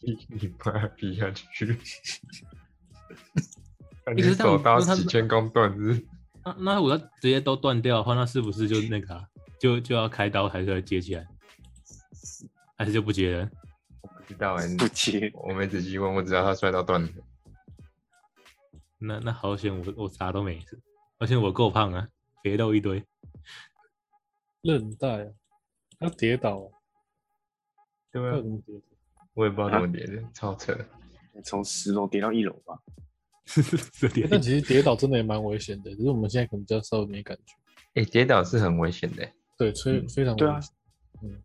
Speaker 2: 你你妈逼
Speaker 1: (laughs)
Speaker 2: 下去！那
Speaker 1: 可
Speaker 2: 你
Speaker 1: 是他们
Speaker 2: 手刀
Speaker 1: 那他们
Speaker 2: 几千公吨是
Speaker 1: 那那我要直接都断掉的话，那是不是就那个、啊、就就要开刀才可以接起来？还是就不接了？
Speaker 2: 我不知道哎、
Speaker 3: 不接，
Speaker 2: 我没仔细问，我只知道他摔到断了。
Speaker 1: 那那好险我，我啥都没事，而且我够胖啊，肥肉一堆。 (laughs)
Speaker 4: 韧带啊，他跌倒啊，
Speaker 2: 对
Speaker 4: 他
Speaker 2: 啊
Speaker 4: 怎，么跌倒？
Speaker 2: 我也不知道怎么叠
Speaker 1: 啊
Speaker 2: 的，超扯。
Speaker 3: 从十楼跌到一楼吧。
Speaker 1: 这点
Speaker 4: 但其实跌倒真的也蛮危险的，只是我们现在可能比较稍微没感觉。
Speaker 2: 哎、跌倒是很危险的、
Speaker 4: 对，非非常
Speaker 3: 对啊
Speaker 4: 危险，嗯，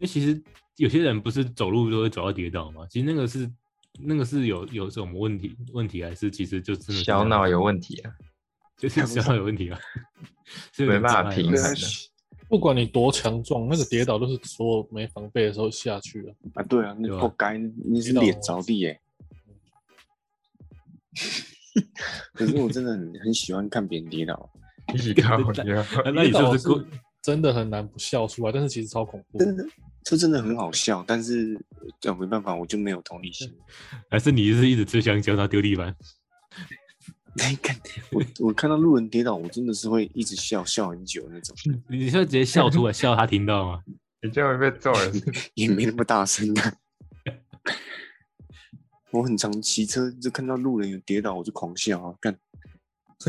Speaker 1: 那其实有些人不是走路都会走到跌倒吗？其实那个是那个是有有什么问题问题，还是其实就真的是
Speaker 2: 小脑有问题啊，
Speaker 1: 就是小脑有问 (laughs) 题吗？是有
Speaker 2: 没
Speaker 1: 点
Speaker 2: 办法
Speaker 1: 障碍
Speaker 2: 平
Speaker 1: 吗
Speaker 2: 衡
Speaker 3: 嗯
Speaker 2: 的
Speaker 4: 不管你多强壮，那个跌倒都是所有没防备的时候下去了。
Speaker 3: 啊，对啊，那
Speaker 1: 对啊
Speaker 3: 不该，你是脸着地耶。 (laughs) 可是我真的很很喜欢看别人跌倒，
Speaker 2: 一起搞
Speaker 1: 对
Speaker 2: 掉。
Speaker 1: 那那你是不
Speaker 4: 跌
Speaker 1: 是
Speaker 4: 倒
Speaker 1: 过
Speaker 4: 是真的很难不笑出来，但是其实超恐怖。
Speaker 3: 真的，这真的很好笑。但是，呃，没办法，我就没有同理心。
Speaker 1: 还是你是一直吃香蕉然后丢地板？
Speaker 3: 哎，看我，我看到路人跌倒，我真的是会一直笑笑很久那种，
Speaker 1: 你你是直接笑出来，笑他听到吗？
Speaker 2: 你这样会被揍人。
Speaker 1: (laughs)
Speaker 3: 也没那么大声啊。 (laughs) 我很常骑车，就看到路人有跌倒，我就狂笑啊！看，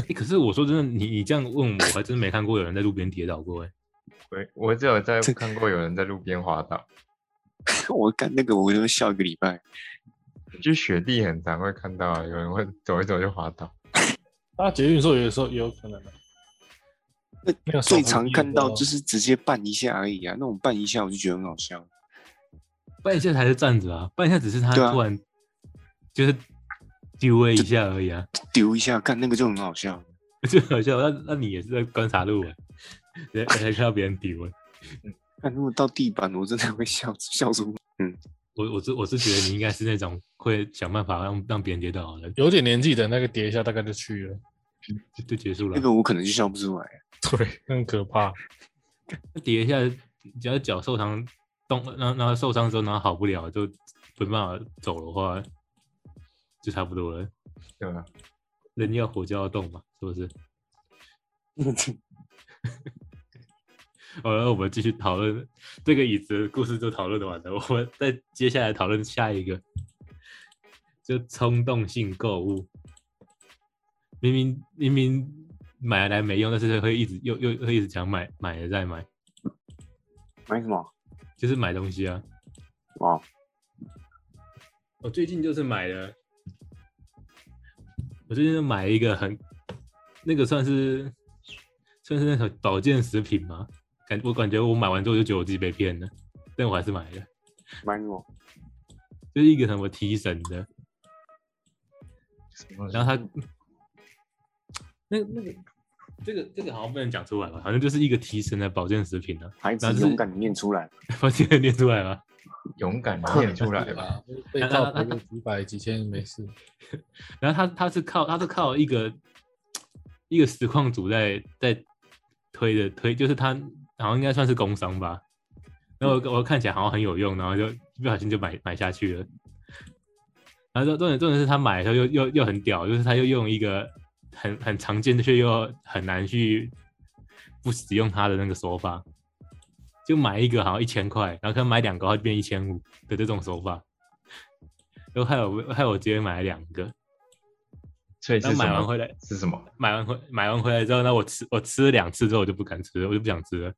Speaker 1: 欸可是我说真的，你你这样问我，我还真没看过有人在路边跌倒过哎、
Speaker 2: 我我只有在看过有人在路边滑倒，
Speaker 3: 我看那个，我就笑一个礼
Speaker 1: 啊
Speaker 3: 拜。
Speaker 2: 就雪地很常会看到啊有人会走一走就滑倒。
Speaker 4: 搭捷运的时候，有的时候也有可能啊。那个手
Speaker 3: 最
Speaker 4: 很
Speaker 3: 常
Speaker 4: 硬
Speaker 3: 看
Speaker 4: 的
Speaker 3: 到
Speaker 4: 啊
Speaker 3: 就是直接绊一下而已啊，那种绊一下我就觉得很好笑。
Speaker 1: 半一下还是站着啊，半一下只是他
Speaker 3: 对啊
Speaker 1: 突然就是丢了一下而已啊， (laughs)
Speaker 3: 丢一下，看那个就很好笑。
Speaker 1: 就好笑。那那你也是在观察路人，人才看到别人丢欸。
Speaker 3: 看如果到地板，我真的会笑 (laughs) 笑出。
Speaker 1: 我我是我是觉得你应该是那种会想办法让让别人跌倒的人，
Speaker 4: 有点年纪的那个跌一下，大概就去了，
Speaker 1: 就就结束
Speaker 3: 那
Speaker 1: 了。
Speaker 3: 个我可能就笑不出
Speaker 1: (laughs)
Speaker 3: 来。啊
Speaker 4: 对，很可怕。
Speaker 1: 跌一下，只要脚受伤，动然后然后受伤之后，然后好不了，就没办法走的话，就差不多了。
Speaker 2: 对吧？
Speaker 1: 人要活就要动嘛，是不是？好了，我们继续讨论这个椅子的故事就讨论完了，我们再接下来讨论下一个，就冲动性购物。明明明明买来没用，但是会一直又又会一直想买，买了再买，
Speaker 3: 买什么？
Speaker 1: 就是买东西啊。
Speaker 3: 哦，
Speaker 1: 我最近就是买了，我最近就买一个很那个算是算是那种保健食品吗？感我感觉我买完之后就觉得我自己被骗了，但我还是买了。
Speaker 3: 买什么？
Speaker 1: 就是一个什么提神的，然后它那那个这个这个好像不能讲出来吧，反正就是一个提神的保健食品啊， (laughs)
Speaker 3: 孩子
Speaker 1: 但是
Speaker 3: 勇敢地念出来。
Speaker 1: 把这个念出来了。
Speaker 2: 勇敢念出来吧。
Speaker 4: 吧，啊被告赔个几百几千没事。
Speaker 1: 然后它它是靠它是靠一个一个实况组在在推的推，就是它好像应该算是工商吧。然后我我看起来好像很有用，然后就一不小心就买买下去了。然后重重点重点是他买的时候又又又很屌，就是他又用一个很很常见却又很难去不使用它的那个手法，就买一个好像一千块，然后可能买两个它就变一千五的这种手法，然后害我害我直接买了两个，
Speaker 2: 所以
Speaker 1: 然
Speaker 2: 是
Speaker 1: 后
Speaker 2: 什
Speaker 1: 买完
Speaker 2: 么？
Speaker 1: 回来
Speaker 2: 是什么？
Speaker 1: 买完回买完回来之后，那我吃我吃了两次之后我就不敢吃了，我就不想吃了。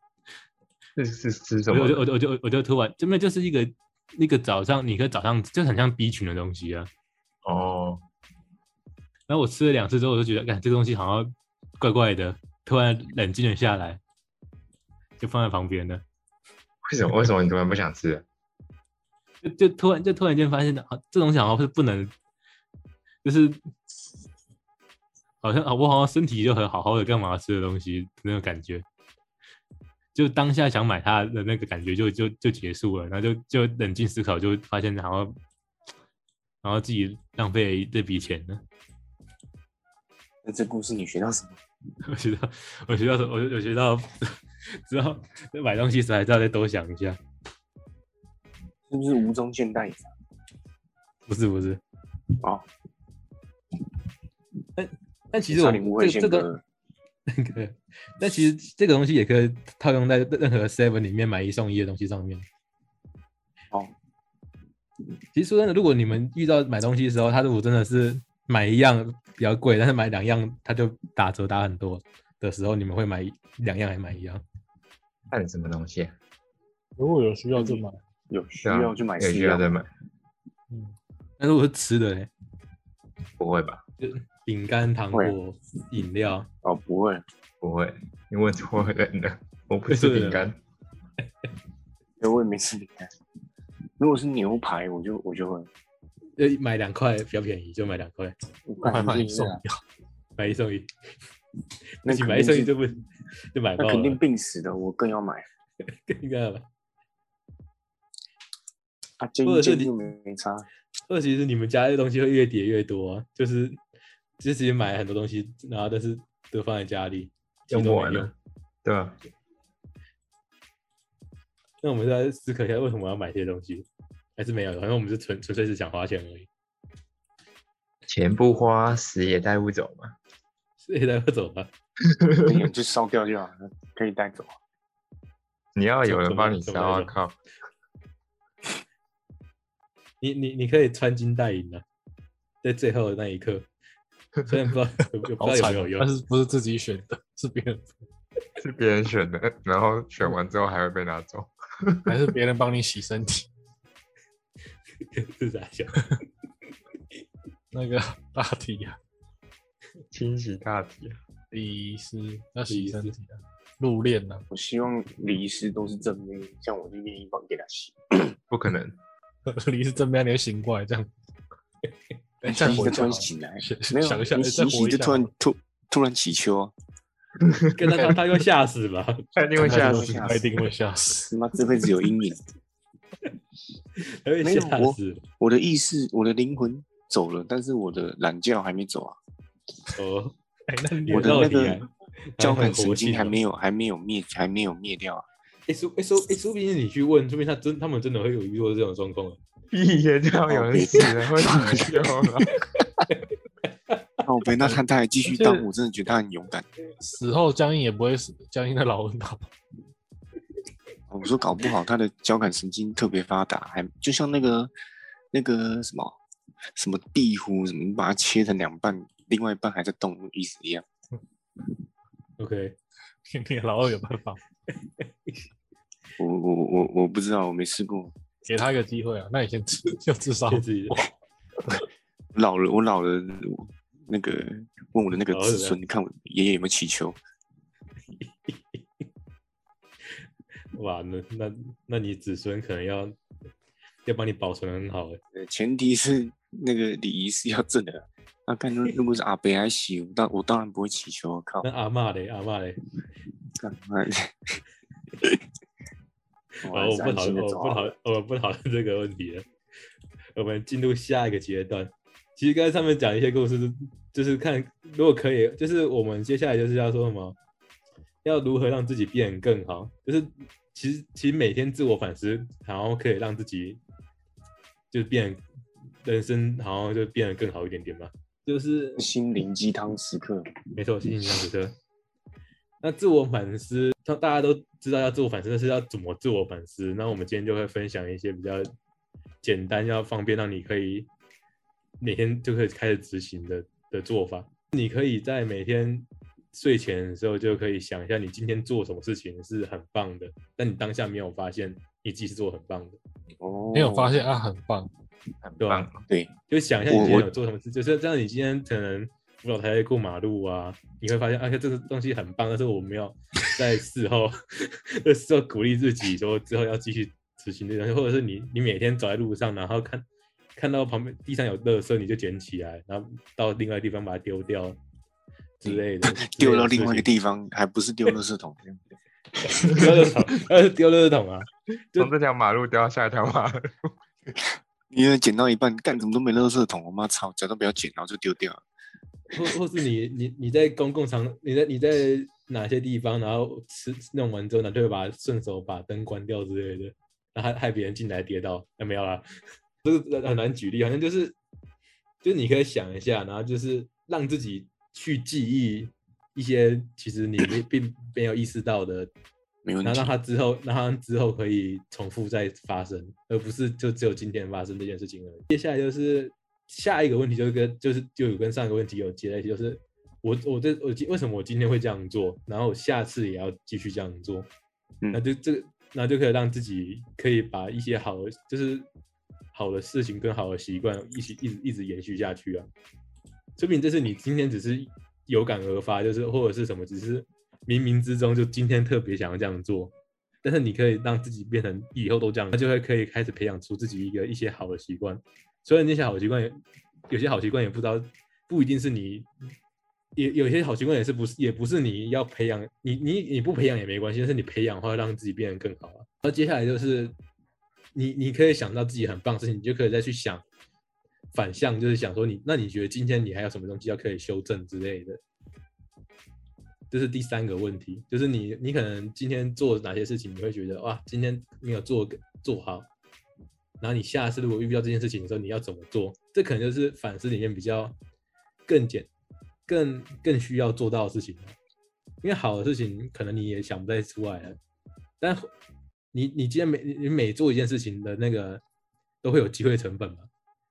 Speaker 2: 是是吃什
Speaker 1: 我
Speaker 2: 么？
Speaker 1: 就我就我就我就突然，这边就是一个那个早上，你可以早上就很像 B 群的东西啊。
Speaker 2: 哦，
Speaker 1: 然后我吃了两次之后，我就觉得，哎，这个东西好像怪怪的，突然冷静了下来，就放在旁边了。
Speaker 2: 为什么为什么你突然不想吃了？
Speaker 1: 就就突然就突然间发现，啊，这东西好像是不能，就是好像啊，我好像身体就很好好的，干嘛吃的东西那种感觉，就当下想买它的那个感觉就就就结束了，然后就就冷静思考，就发现好像，然后自己浪费这笔钱了。 (laughs)
Speaker 3: 那这故事你学到什么？
Speaker 1: 我学到，我学到什么？我我学到， (laughs) 知道买东西时还是要再多想一下。
Speaker 3: 是不是无中见代法？
Speaker 1: 不是不是，
Speaker 3: 哦，
Speaker 1: 但其实
Speaker 3: 差
Speaker 1: 我
Speaker 3: 点误会
Speaker 1: 这
Speaker 3: 宪
Speaker 1: 这
Speaker 3: 哥
Speaker 1: 个
Speaker 3: 了。
Speaker 1: 那 (laughs) 个，但其实这个东西也可以套用在任何 Seven 里面买一送一的东西上面。
Speaker 3: 哦，
Speaker 1: 其实说真的，如果你们遇到买东西的时候，他如果真的是买一样比较贵，但是买两样他就打折打很多的时候，你们会买两样还买一样？
Speaker 2: 看什么东西、啊？
Speaker 4: 如果有需要就买。
Speaker 3: 有需
Speaker 2: 对啊
Speaker 3: 要就买
Speaker 2: 有
Speaker 3: 需
Speaker 2: 需
Speaker 3: 要
Speaker 2: 要再买？
Speaker 4: 嗯，
Speaker 1: 但是我是吃的嘞，
Speaker 2: 不会吧？
Speaker 1: 饼干、糖
Speaker 3: 啊
Speaker 1: 果、饮料，
Speaker 3: 哦，不会，
Speaker 2: 不会，你问错人了。我不吃饼干，
Speaker 3: 因为我也没吃饼干。如果是牛排，我就我就会
Speaker 1: 呃，买两块比较便宜，就买两块，
Speaker 3: 我
Speaker 4: 快
Speaker 3: 感觉
Speaker 4: 买
Speaker 3: 一
Speaker 4: 送
Speaker 3: 定
Speaker 4: 掉
Speaker 3: 啊，
Speaker 1: 买一送一。
Speaker 3: 那
Speaker 1: 不行
Speaker 3: 肯
Speaker 1: 买一送一
Speaker 3: 定是
Speaker 1: 就不就买爆
Speaker 3: 那肯定
Speaker 1: 了，
Speaker 3: 病死的，我更要买
Speaker 1: 应该吧？
Speaker 3: 啊！建
Speaker 1: 或者
Speaker 3: 议
Speaker 1: 是
Speaker 3: 建议
Speaker 1: 你
Speaker 3: 就没没差，
Speaker 1: 二其实你们家的东西会越叠越多、啊，就是就直接买很多东西，然后但是都放在家里，其实
Speaker 2: 用
Speaker 1: 都
Speaker 2: 不
Speaker 1: 没
Speaker 2: 完
Speaker 3: 啊
Speaker 1: 用
Speaker 2: 了。。对吧？
Speaker 1: 那我们再思考一下，为什么要买这些东西？还是没有的，反正我们是纯纯粹是想花钱而已。
Speaker 2: 钱不花，死也带不走嘛。
Speaker 1: 所以大家走吧。
Speaker 3: 可以就烧掉就好了，可以带走。
Speaker 2: 你要有人帮你
Speaker 1: 怎么
Speaker 2: 烧啊！
Speaker 1: 怎么
Speaker 2: 靠，
Speaker 1: 你你你可以穿金戴银啊，在最后的那一刻，虽然不
Speaker 3: (laughs)
Speaker 1: 知道有有不
Speaker 4: 好
Speaker 1: 知道
Speaker 4: 惨
Speaker 1: 有没
Speaker 3: 啊
Speaker 4: 哦
Speaker 1: 有，用
Speaker 4: 但，是不是自己选的，是别人， (laughs)
Speaker 2: 是别人选的，然后选完之后还会被拿走。
Speaker 4: 还是别人帮你洗身体？
Speaker 1: (laughs) 是啥笑？
Speaker 4: 那个大体啊，
Speaker 2: 清洗大体啊，
Speaker 4: 医师要
Speaker 1: 礼
Speaker 4: 洗
Speaker 1: 仪
Speaker 4: 身
Speaker 1: 师
Speaker 4: 体啊，入殓呐，
Speaker 3: 我希望礼仪师都是正面，像我就愿意帮给他洗。
Speaker 2: 不可能。
Speaker 4: 礼仪师正面连醒过来这样。 (laughs) 哎
Speaker 3: 洗
Speaker 4: 再
Speaker 3: 一
Speaker 4: 活
Speaker 3: 个
Speaker 4: 一
Speaker 3: 突
Speaker 4: 下好
Speaker 3: 然
Speaker 4: 了，
Speaker 3: 醒来，
Speaker 4: 想
Speaker 3: 没有
Speaker 4: 想一下
Speaker 3: 你
Speaker 4: 哎
Speaker 3: 洗
Speaker 4: 再
Speaker 3: 一
Speaker 4: 活
Speaker 3: 洗
Speaker 4: 一
Speaker 3: 就
Speaker 4: 下
Speaker 3: 突然
Speaker 4: 好了
Speaker 3: 突突然起秋啊，
Speaker 1: 跟他他他会吓死吧？
Speaker 2: 他一定哎会
Speaker 3: 看
Speaker 2: 吓
Speaker 3: 他
Speaker 2: 死
Speaker 3: 吓。
Speaker 4: 他一定会吓死。
Speaker 3: 他妈这辈子有阴影。
Speaker 1: 他会
Speaker 3: 没有
Speaker 1: 吓
Speaker 3: 我
Speaker 1: 死
Speaker 3: 我的意识，我的灵魂走了，但是我的懒觉还没走啊，
Speaker 1: 哦。
Speaker 4: 哎，那你
Speaker 3: 我的
Speaker 1: 到
Speaker 3: 那
Speaker 1: 底
Speaker 3: 个交感神经还没
Speaker 1: 有。
Speaker 3: 有哦还没有灭还没有灭
Speaker 4: (laughs)
Speaker 3: 掉啊。
Speaker 1: 哎说哎说哎，说不定你去问，说不定他真他们真的会有遇到这种状况啊。
Speaker 2: 一眼就要有人死了，会死掉了。
Speaker 3: 那我被那看他还继续
Speaker 4: 而且
Speaker 3: 当，我真的觉得他很勇敢。
Speaker 4: 死 (laughs) 后僵硬也不会死，僵硬的老昏倒。
Speaker 3: 我说搞不好他的交感神经特别发达，还就像那个那个什么什么壁虎，什么你把它切成两半，另外一半还在动，意思一样。
Speaker 1: OK，
Speaker 4: 你的老二有办法吗，
Speaker 3: 我我我我不知道，我没试过。
Speaker 4: 给他一个机会啊！那你先自 (laughs) 就自杀，
Speaker 1: 就自己
Speaker 3: 老了，我老了，我那个问我的那个
Speaker 1: 老了
Speaker 3: 子
Speaker 1: 怎
Speaker 3: 孙，你看我爷爷有没有祈求？
Speaker 1: (laughs) 哇，那那那你子孙可能要要帮你保存得很好哎。
Speaker 3: 呃，前提是那个礼仪是要正的。那看如如果是阿伯来洗，我当我当然不会祈求。我靠
Speaker 1: 那，阿嬷嘞，阿嬷嘞，
Speaker 3: 干嘛？
Speaker 1: (laughs) 好，
Speaker 3: 还
Speaker 1: 哦我
Speaker 3: 是
Speaker 1: 不
Speaker 3: 安
Speaker 1: 讨
Speaker 3: 心 (laughs)
Speaker 1: 论，
Speaker 3: 的
Speaker 1: 我
Speaker 3: 走
Speaker 1: 不
Speaker 3: 好
Speaker 1: 讨
Speaker 3: 了。
Speaker 1: 论，哦我不讨论这个问题了。我们进入下一个阶段。其实刚才上面讲一些故事，就是看如果可以，就是我们接下来就是要说什么，要如何让自己变得更好。就是其实其实每天自我反思，然后可以让自己就变人生，然后就变得更好一点点吧。就是
Speaker 3: 心灵鸡汤时刻，
Speaker 1: 没错，心情上时刻。 (laughs) 那自我反思，像大家都知道要自我反思，但是要怎么自我反思？那我们今天就会分享一些比较简单、要方便，让你可以每天就可以开始执行的的做法。你可以在每天睡前的时候就可以想一下，你今天做什么事情是很棒的，但你当下没有发现你自己是做得很棒的，
Speaker 3: 哦，
Speaker 4: 没有发现啊，很棒。
Speaker 2: 很
Speaker 1: 对吧
Speaker 2: 棒，
Speaker 3: 对，
Speaker 1: 就想一下你
Speaker 3: 我
Speaker 1: 今天
Speaker 3: 我
Speaker 1: 有做什么事，就是这样。你今天可能扶老太太过马路啊，你会发现，啊，这个东西很棒，但是我没
Speaker 3: (laughs)
Speaker 1: 有在事后的时候鼓励自己说之后要继续执行这个东西，或者是你你每天走在路上，然后看看到旁边地上有垃圾，你就捡起来，然后到另外地方把它丢掉之类的，
Speaker 3: 嗯丢到另外一个
Speaker 1: 地，
Speaker 3: 地方，还不是丢垃圾桶？
Speaker 1: 丢垃圾桶，呃，丢垃圾桶啊，就
Speaker 2: 从这条马路掉到下一条马路，
Speaker 3: 因为捡到一半，干怎么都没垃圾桶，我妈操，假装不要捡，然后就丢掉了。
Speaker 1: 或或是你你你在公共场，你在你在哪些地方，然后吃弄完之后呢，就会把顺手把灯关掉之类的，然后害害别人进来跌倒，那、没有啦，这个很难举例，好像就是就是你可以想一下，然后就是让自己去记忆一些其实你没并没有意识到的，
Speaker 3: 没问
Speaker 1: 然后
Speaker 3: 题
Speaker 1: 让。它之后让它之后可以重复再发生，而不是就只有今天发生这件事情而已。接下来就是下一个问题就是跟就是就有跟上一个问题有接在一起，就是我我这我今为什么我今天会这样做，然后我下次也要继续这样做，
Speaker 3: 嗯
Speaker 1: 那就这个那就可以让自己可以把一些好的就是好的事情跟好的习惯一起一直一直延续下去啊。说不定这是你今天只是有感而发，就是或者是什么，只是冥冥之中就今天特别想要这样做，但是你可以让自己变成以后都这样，那就会可以开始培养出自己一个一些好的习惯。虽然那些好习惯也，有些好习惯也不知道，不一定是你，也有些好习惯也是不是也不是你要培养，你你你不培养也没关系，但是你培养的话，让自己变得更好啊。那接下来就是你你可以想到自己很棒的事情，你就可以再去想反向，就是想说你那你觉得今天你还有什么东西要可以修正之类的。这是第三个问题，就是你你可能今天做哪些事情，你会觉得哇，今天没有做做好，然后你下次如果遇到这件事情的时候，你要怎么做？这可能就是反思里面比较更简、更更需要做到的事情了，因为好的事情可能你也想不太出来了，但你你今天每你你每做一件事情的那个都会有机会成本嘛，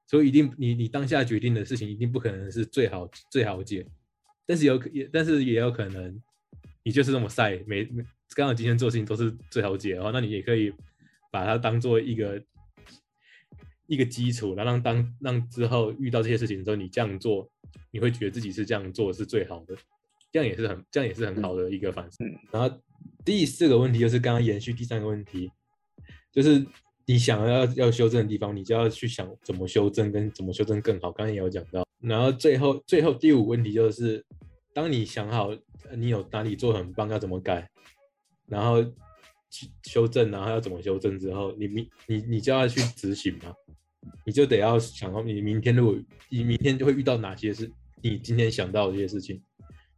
Speaker 1: 所以一定你你当下决定的事情一定不可能是最好最好解，但是有可也但是也有可能你就是这么晒，每每刚好今天做事情都是最好解的话，那你也可以把它当做一个一个基础，然后让当让之后遇到这些事情的时候，你这样做，你会觉得自己是这样做是最好的，这样也是很这样也是很好的一个反思。然后第四个问题就是刚刚延续第三个问题，就是你想要要修正的地方，你就要去想怎么修正跟怎么修正更好。刚刚也有讲到，然后最后最后第五个问题就是，当你想好呃你有哪里做得很棒要怎么改，然后去修正，然后要怎么修正之后，你明你你就要去执行嘛，你就得要想好你明天如果你明天就会遇到哪些事，你今天想到的这些事情，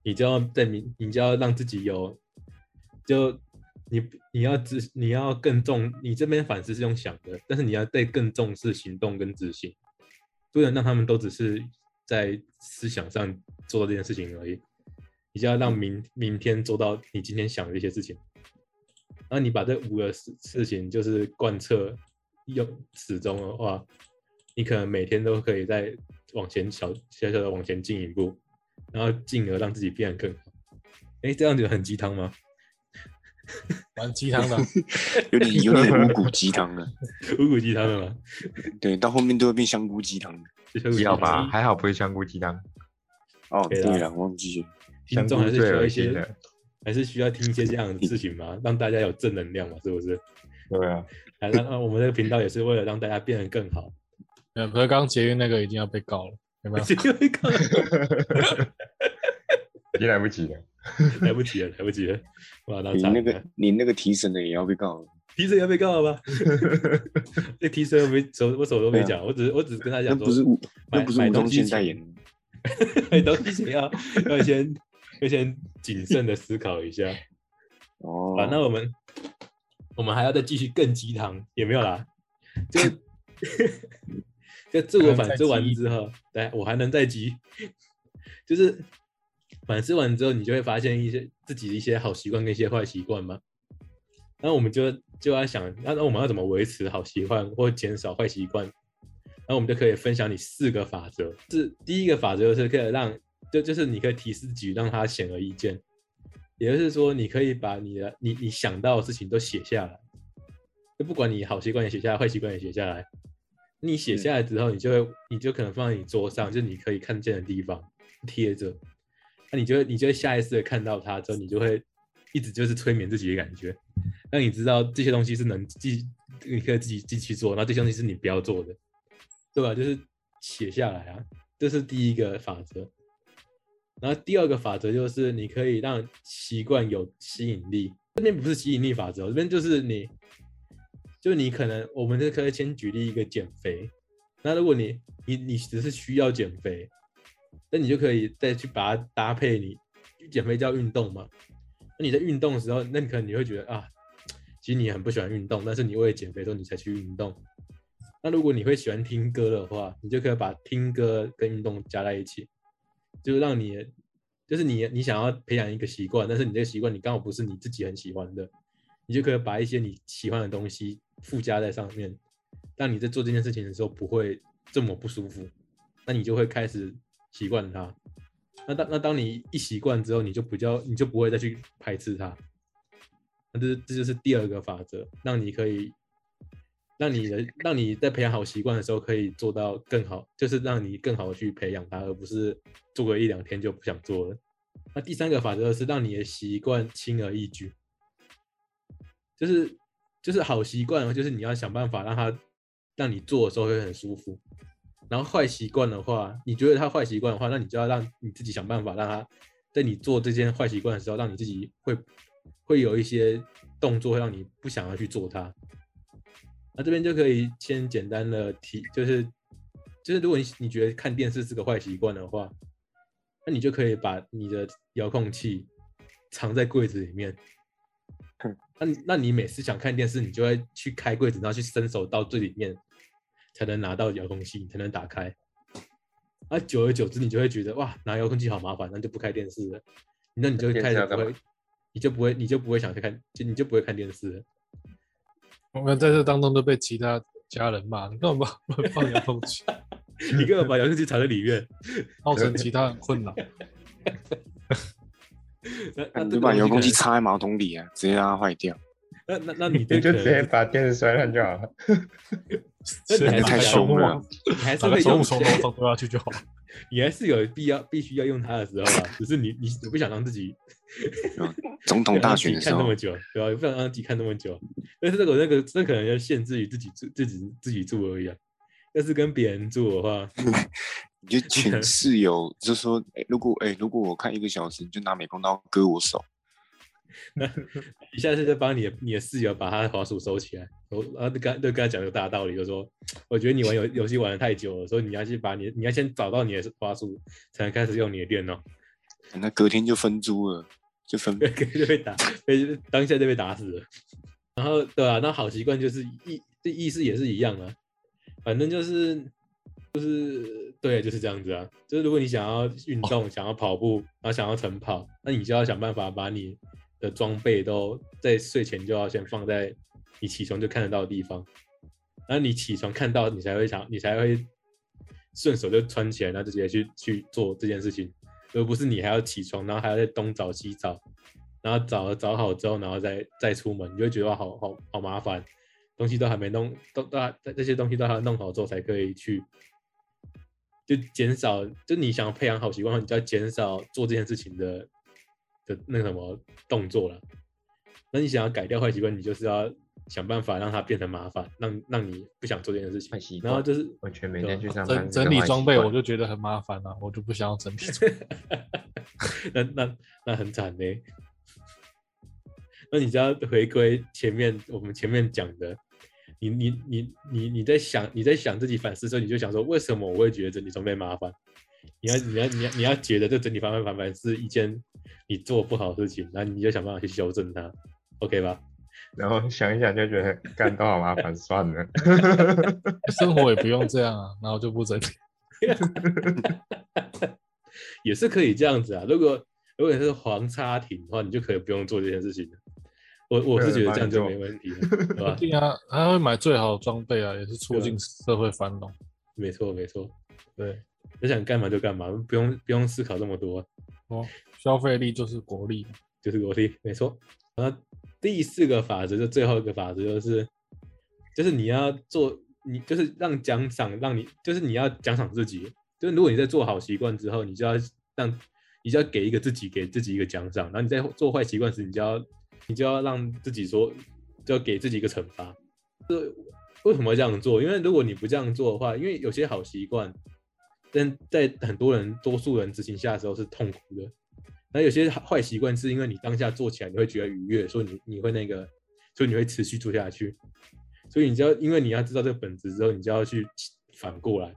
Speaker 1: 你就要在明你就要让自己有就你你要执，你要更重，你这边反思是用想的，但是你要再更重视行动跟执行，不能让他们都只是在思想上做到这件事情而已。你就要让明明天做到你今天想的这些事情，然后你把这五个事事情就是贯彻用始终的话，你可能每天都可以再往前小小小的往前进一步，然后进而让自己变得更好。哎，这样子很鸡汤吗？
Speaker 4: 蛮鸡汤的，
Speaker 3: 有点有点五谷鸡
Speaker 1: (laughs)
Speaker 3: 汤了，
Speaker 1: 五谷鸡汤的吗？
Speaker 3: 对，到后面都会变香菇鸡汤了。
Speaker 1: 这就是
Speaker 2: 不要
Speaker 1: 我们
Speaker 2: 吧？还好不是香菇鸡汤，
Speaker 3: 哦，
Speaker 1: 对
Speaker 3: 对
Speaker 1: 啊
Speaker 3: 了，忘记了，
Speaker 1: 听众还是需
Speaker 2: 最
Speaker 1: 要
Speaker 2: 恶
Speaker 1: 一
Speaker 2: 心
Speaker 1: 些
Speaker 2: 的，，
Speaker 1: 还是需要听一些这样的事情嘛，
Speaker 3: (laughs)
Speaker 1: 让大家有正能量嘛，是不是？
Speaker 2: 对啊，
Speaker 1: 来，让让我们这个频道也是为了让大家变得更
Speaker 3: (laughs)
Speaker 1: 好。
Speaker 4: 呃，可是刚刚捷运那个已经要被告了，
Speaker 3: 啊
Speaker 4: 有没有？
Speaker 2: 已经来不及了。
Speaker 1: (laughs) 来不及了，来不及了！哇，那
Speaker 3: 你
Speaker 1: 惨
Speaker 3: 那
Speaker 1: 了
Speaker 3: 个你那个提神的也要被告了，
Speaker 1: 提升要被告
Speaker 3: (laughs)
Speaker 1: 了吧？哎那提升没手，我手都没讲，我只是我只是跟他
Speaker 3: 啊那
Speaker 1: 讲说，
Speaker 3: 不是武
Speaker 1: 买
Speaker 3: 那不是
Speaker 1: 买
Speaker 3: 武
Speaker 1: 东
Speaker 3: 宗
Speaker 1: 西
Speaker 3: 宪
Speaker 1: 前
Speaker 3: 代言的，
Speaker 1: 买东西前 (laughs) 要要先要先谨慎的思考一下。
Speaker 3: 哦，
Speaker 1: 好，那我们我们还要再继续更鸡汤，也没有啦，就就自我反思完之后，来，我还能再急， (laughs) 就是反思完之后，你就会发现一些自己的一些好习惯跟一些坏习惯嘛。那我们就就要想，那那我们要怎么维持好习惯或减少坏习惯？那我们就可以分享你四个法则。是第一个法则就是可以让，就就是你可以提示自己，让它显而易见。也就是说，你可以把你的你你想到的事情都写下来，就不管你好习惯也写下来，坏习惯也写下来。你写下来之后，你就会你就可能放在你桌上，就是你可以看见的地方贴着。那你就会你就会下意识的看到它之后，你就会一直就是催眠自己的感觉，让你知道这些东西是能继你可以自己继续做，然后这些东西是你不要做的，对吧？就是写下来啊，这是第一个法则。然后第二个法则就是你可以让习惯有吸引力。这边不是吸引力法则哦，这边就是你，就你可能我们这可以先举例一个减肥。那如果你你你只是需要减肥，那你就可以再去把它搭配你减肥叫运动嘛。那你在运动的时候，那你可能你会觉得啊，其实你很不喜欢运动，但是你为了减肥之后你才去运动。那如果你会喜欢听歌的话，你就可以把听歌跟运动加在一起，就是让你，就是你你想要培养一个习惯，但是你这个习惯你刚好不是你自己很喜欢的，你就可以把一些你喜欢的东西附加在上面，让你在做这件事情的时候不会这么不舒服，那你就会开始习惯它。那当那当你一习惯之后，你就比较你就不会再去排斥它。那这这就是第二个法则，让你可以让你的让你在培养好习惯的时候，可以做到更好，就是让你更好的去培养它，而不是做个一两天就不想做了。那第三个法则是让你的习惯轻而易举，就是就是好习惯，哦就是你要想办法让它让你做的时候会很舒服。然后坏习惯的话，你觉得它坏习惯的话，那你就要让你自己想办法让它在你做这件坏习惯的时候，让你自己会会有一些动作，会让你不想要去做它。那这边就可以先简单的提，就是就是如果你你觉得看电视是个坏习惯的话，那你就可以把你的遥控器藏在柜子里面
Speaker 3: 嗯。
Speaker 1: 那你那你每次想看电视，你就会去开柜子，然后去伸手到最里面，才能拿到遥控器，才能打开。那久而久之，你就会觉得哇，拿遥控器好麻烦，那就不开电视了。那你就
Speaker 2: 电视
Speaker 1: 开始
Speaker 2: 要
Speaker 1: 不
Speaker 2: 干嘛
Speaker 1: 会，你就不会，你就不会想去看，就你就不会看电
Speaker 2: (laughs)
Speaker 1: 视了。
Speaker 4: 我们在这当中都被其他家人骂，你干嘛 (laughs) 把放遥控器，
Speaker 1: 你根本把遥控器藏在里面，
Speaker 4: 造成其他人困扰？
Speaker 1: 那那这
Speaker 3: 你
Speaker 1: 个
Speaker 3: 就把遥控
Speaker 1: 东
Speaker 3: 器
Speaker 1: 西可
Speaker 3: 插在马桶里啊，直接让它坏掉。
Speaker 1: 能，那那那你
Speaker 2: 你
Speaker 1: 这
Speaker 2: 就
Speaker 1: 个
Speaker 2: 直接把电视摔烂就好了。
Speaker 1: 那你还是哎
Speaker 4: 谁把
Speaker 1: 太
Speaker 4: 遥
Speaker 3: 凶
Speaker 4: 控
Speaker 3: 了啊
Speaker 4: 网，
Speaker 1: 你还是
Speaker 4: 把
Speaker 1: 会
Speaker 4: 个
Speaker 1: 用
Speaker 4: 从，从楼上丢下去就好。
Speaker 1: 你还是有必要必须要用它的时候啊，只是你你你不想让自己
Speaker 3: 总
Speaker 1: 不想
Speaker 3: 统
Speaker 1: 让
Speaker 3: 大
Speaker 1: 自己
Speaker 3: 选的时
Speaker 1: 看那 (laughs)
Speaker 3: 候
Speaker 1: 么，久，对吧、不想让自己看那么久，但是这个那个这可能要限制于自己住自己自己住而已啊。要是跟别人住的话，
Speaker 3: 你就请室友就说，哎，如果哎，如果我看一个小时，你就拿美工刀割我手。
Speaker 1: 你下次再帮你的你的室友把他的滑鼠收起来，我然后就跟他就跟他讲一个大道理，就说我觉得你玩游游戏玩的太久了，所以你要去把你你要先找到你的滑鼠，才能开始用你的电脑。
Speaker 3: 那隔天就分租了，就分
Speaker 1: 对，可能就被打，被当下就被打死了。然后对啊，那好习惯就是意这意思也是一样啊，反正就是就是对，就是这样子啊。就是如果你想要运动，想要跑步，然后想要晨跑，那你就要想办法把你的装备都在睡前就要先放在你起床就看得到的地方，然后你起床看到你才会想，你才会顺手就穿起来，然后就直接去去做这件事情。而不是你还要起床，然后还要再东找西找，然后找找好之后，然后再再出门，你就会觉得哇好好好麻烦，东西都还没弄，都都还这这些东西都还要弄好之后才可以去，就减少，就你想培养好习惯的话，你就要减少做这件事情的的那个什么动作了。那你想要改掉坏习惯，你就是要想办法让它变成麻烦，让让你不想做这件事
Speaker 2: 坏
Speaker 1: 情
Speaker 2: 习。
Speaker 1: 然后
Speaker 2: 惯
Speaker 1: 就是
Speaker 2: 我觉得每天去上班
Speaker 4: 整整理装备我就觉得很麻烦了、我就不想要整理装备。
Speaker 1: (laughs) 那那那很惨呢。那你就要回归前面我们前面讲的，你你你你你在想你在想自己反思的时候，你就想说为什么我会觉得整理装备麻烦？你要你要你要你要觉得这整理方面麻烦是一件你做不好的事情，然后你就想办法去修正它，OK 吧？
Speaker 2: 然后想一想就觉得干都好麻烦，算了。 (laughs)
Speaker 4: 生活也不用这样啊，然后就不整理。
Speaker 1: 也是可以这样子啊。如果如果你是黄差停的话，你就可以不用做这件事情了。我我是觉得这样就没问题了，对吧？
Speaker 4: 对啊，他会买最好的装备啊，也是促进社会繁荣。
Speaker 1: 没错没错。
Speaker 4: 对，
Speaker 1: 你想干嘛就干嘛，不用不用思考这么多，
Speaker 4: 哦，消费力就是国力。
Speaker 1: 就是我的没错。然后第四个法则，就最后一个法则就是，就是你要做，你就是让奖赏，让你就是你要奖赏自己，就是如果你在做好习惯之后，你就要让，你就要给一个自己给自己一个奖赏，然后你在做坏习惯时，你就要你就要让自己说，就要给自己一个惩罚。这为什么要这样做？因为如果你不这样做的话，因为有些好习惯，但在很多人多数人执行下的时候是痛苦的。那有些坏习惯是因为你当下做起来你会觉得愉悦，所以你你会那个，所以你会持续做下去。所以你就要，因为你要知道这个本质之后，你就要去反过来。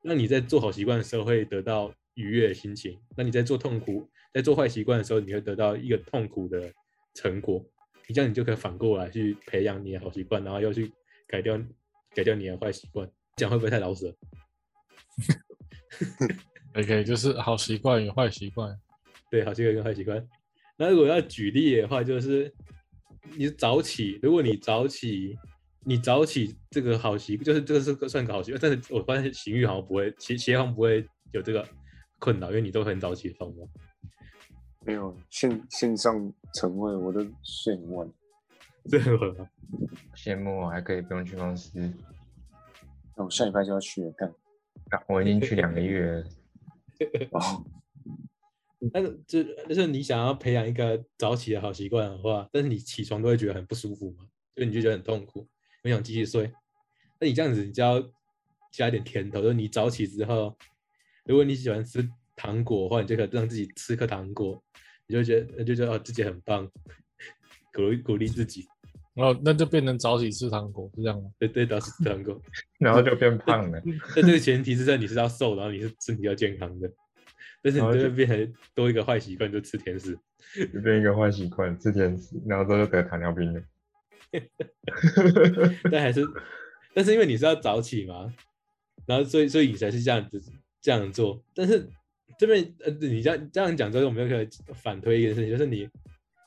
Speaker 1: 那你在做好习惯的时候会得到愉悦的心情。那你在做痛苦、在做坏习惯的时候，你会得到一个痛苦的成果。你这样你就可以反过来去培养你的好习惯，然后又去改掉改掉你的坏习惯。讲会不会太老实了？
Speaker 4: OK，就是好习惯与坏习惯。
Speaker 1: 对，好习惯跟坏习惯。那如果要举例的话，就是你早起，如果你早起，你早起这个好习，就是这个是算个好习惯，但是我发现行欲好像不会，其其实好像不会有这个困扰，因为你都很早起放嘛。
Speaker 3: 没有线线上晨会，我都睡很晚。
Speaker 1: 这个我
Speaker 2: 羡慕哦我还可以不用去公司，
Speaker 3: 那我下礼拜就要去了，干。
Speaker 2: 啊我已经去两个月了。
Speaker 3: 哦，
Speaker 1: 但是就就是你想要培养一个早起的好习惯的话，但是你起床都会觉得很不舒服嘛，就你就觉得很痛苦，很想继续睡。那你这样子，你就要加一点甜头，就是你早起之后，如果你喜欢吃糖果的话，你就可以让自己吃颗糖果，你就觉得就觉得哦自己很棒，鼓励鼓励自己，
Speaker 4: 然后哦那就变成早起吃糖果，是这样吗？
Speaker 1: 对对，早起吃糖
Speaker 2: (laughs)
Speaker 1: 果。
Speaker 2: 然后就变胖
Speaker 1: (laughs)
Speaker 2: 了。
Speaker 1: 但这个前提是在你是要瘦，然后你是身体要健康的，但是你
Speaker 2: 然后
Speaker 1: 就
Speaker 2: 就
Speaker 1: 会变成多一个坏习惯，就吃甜食。
Speaker 2: 就变一个坏习惯，吃甜食，然后之后就得糖尿
Speaker 1: (laughs)
Speaker 2: 病了。
Speaker 1: 但还是，但是因为你是要早起嘛，然后所以所以你才是这样子这样做。但是这边呃，你这样这样讲之后，我们就可以反推一件事情，就是你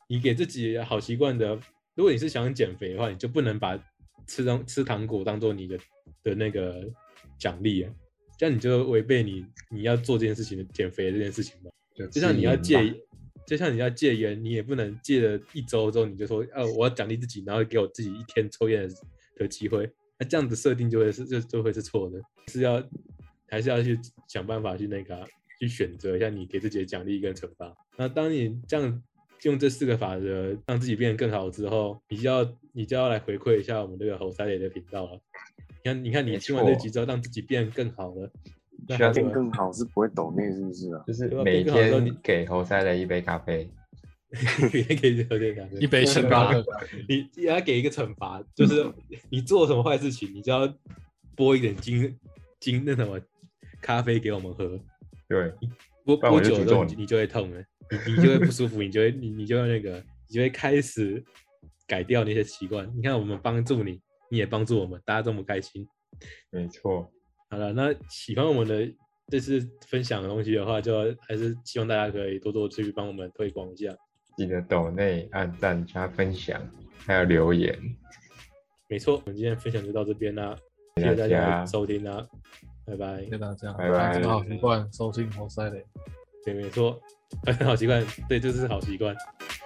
Speaker 1: 你给自己好习惯的，如果你是想减肥的话，你就不能把吃糖吃糖果当做你的的那个奖励啊，这样你就违背你你要做这件事情的减肥这件事情嘛。
Speaker 2: 就
Speaker 1: 就像你要
Speaker 2: 戒
Speaker 1: 戒，就像你要戒烟，你也不能戒了一周之后你就说，呃、我要奖励自己，然后给我自己一天抽烟的的机会。那这样子设定就会是就就会是错的，是要还是要去想办法去那个啊、去选择一下你给自己的奖励跟惩罚。那当你这样用这四个法则让自己变得更好之后，你就要你就要来回馈一下我们这个侯赛雷的频道了。你看，你看，你
Speaker 2: 没
Speaker 1: 听完这
Speaker 2: 错
Speaker 1: 集之后，让自己变得更好了，那
Speaker 2: 需要
Speaker 1: 还有
Speaker 3: 变更好是不会抖内是不是啊？
Speaker 2: 就是
Speaker 1: 对吧
Speaker 2: 每
Speaker 1: 变更好之后你
Speaker 2: 天给侯赛雷一杯咖啡，
Speaker 1: 你也可以喝这个咖啡
Speaker 4: 一杯星巴克，
Speaker 1: 你你要给一个惩罚，就是你做什么坏事情，你就要拨一点金金那什么咖啡给我们喝，
Speaker 2: 对，
Speaker 1: 拨
Speaker 2: 不然
Speaker 1: 拨
Speaker 2: 我就
Speaker 1: 久了
Speaker 2: 诅
Speaker 1: 之后
Speaker 2: 咒
Speaker 1: 你
Speaker 2: 你
Speaker 1: 你就会痛了，你你就会不舒服，你就会你你就会那个，你就会开始改掉那些习惯。你看我们帮助你，你也帮助我们，大家这么开心。
Speaker 2: 没错，
Speaker 1: 好了，那喜欢我们的这次分享的东西的话，就还是希望大家可以多多去帮我们推广一下。
Speaker 2: 记得抖内按赞加分享，还有留言，
Speaker 1: 没错，我们今天分享就到这边啦，谢谢大家
Speaker 2: 大家
Speaker 1: 收听啦，拜拜
Speaker 4: 谢。谢大家，
Speaker 2: 拜拜
Speaker 4: 大家好习惯收听活塞雷，
Speaker 1: 对，没错， (laughs) 好习惯，对，这是好习惯。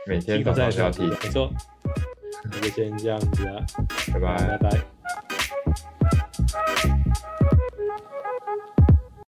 Speaker 2: 每天
Speaker 1: 听
Speaker 2: 早
Speaker 1: 到
Speaker 2: 上
Speaker 1: 在
Speaker 2: 都要听，
Speaker 1: 没错。那就先这样子啊，
Speaker 2: 拜
Speaker 1: 拜
Speaker 2: 拜。
Speaker 1: 拜。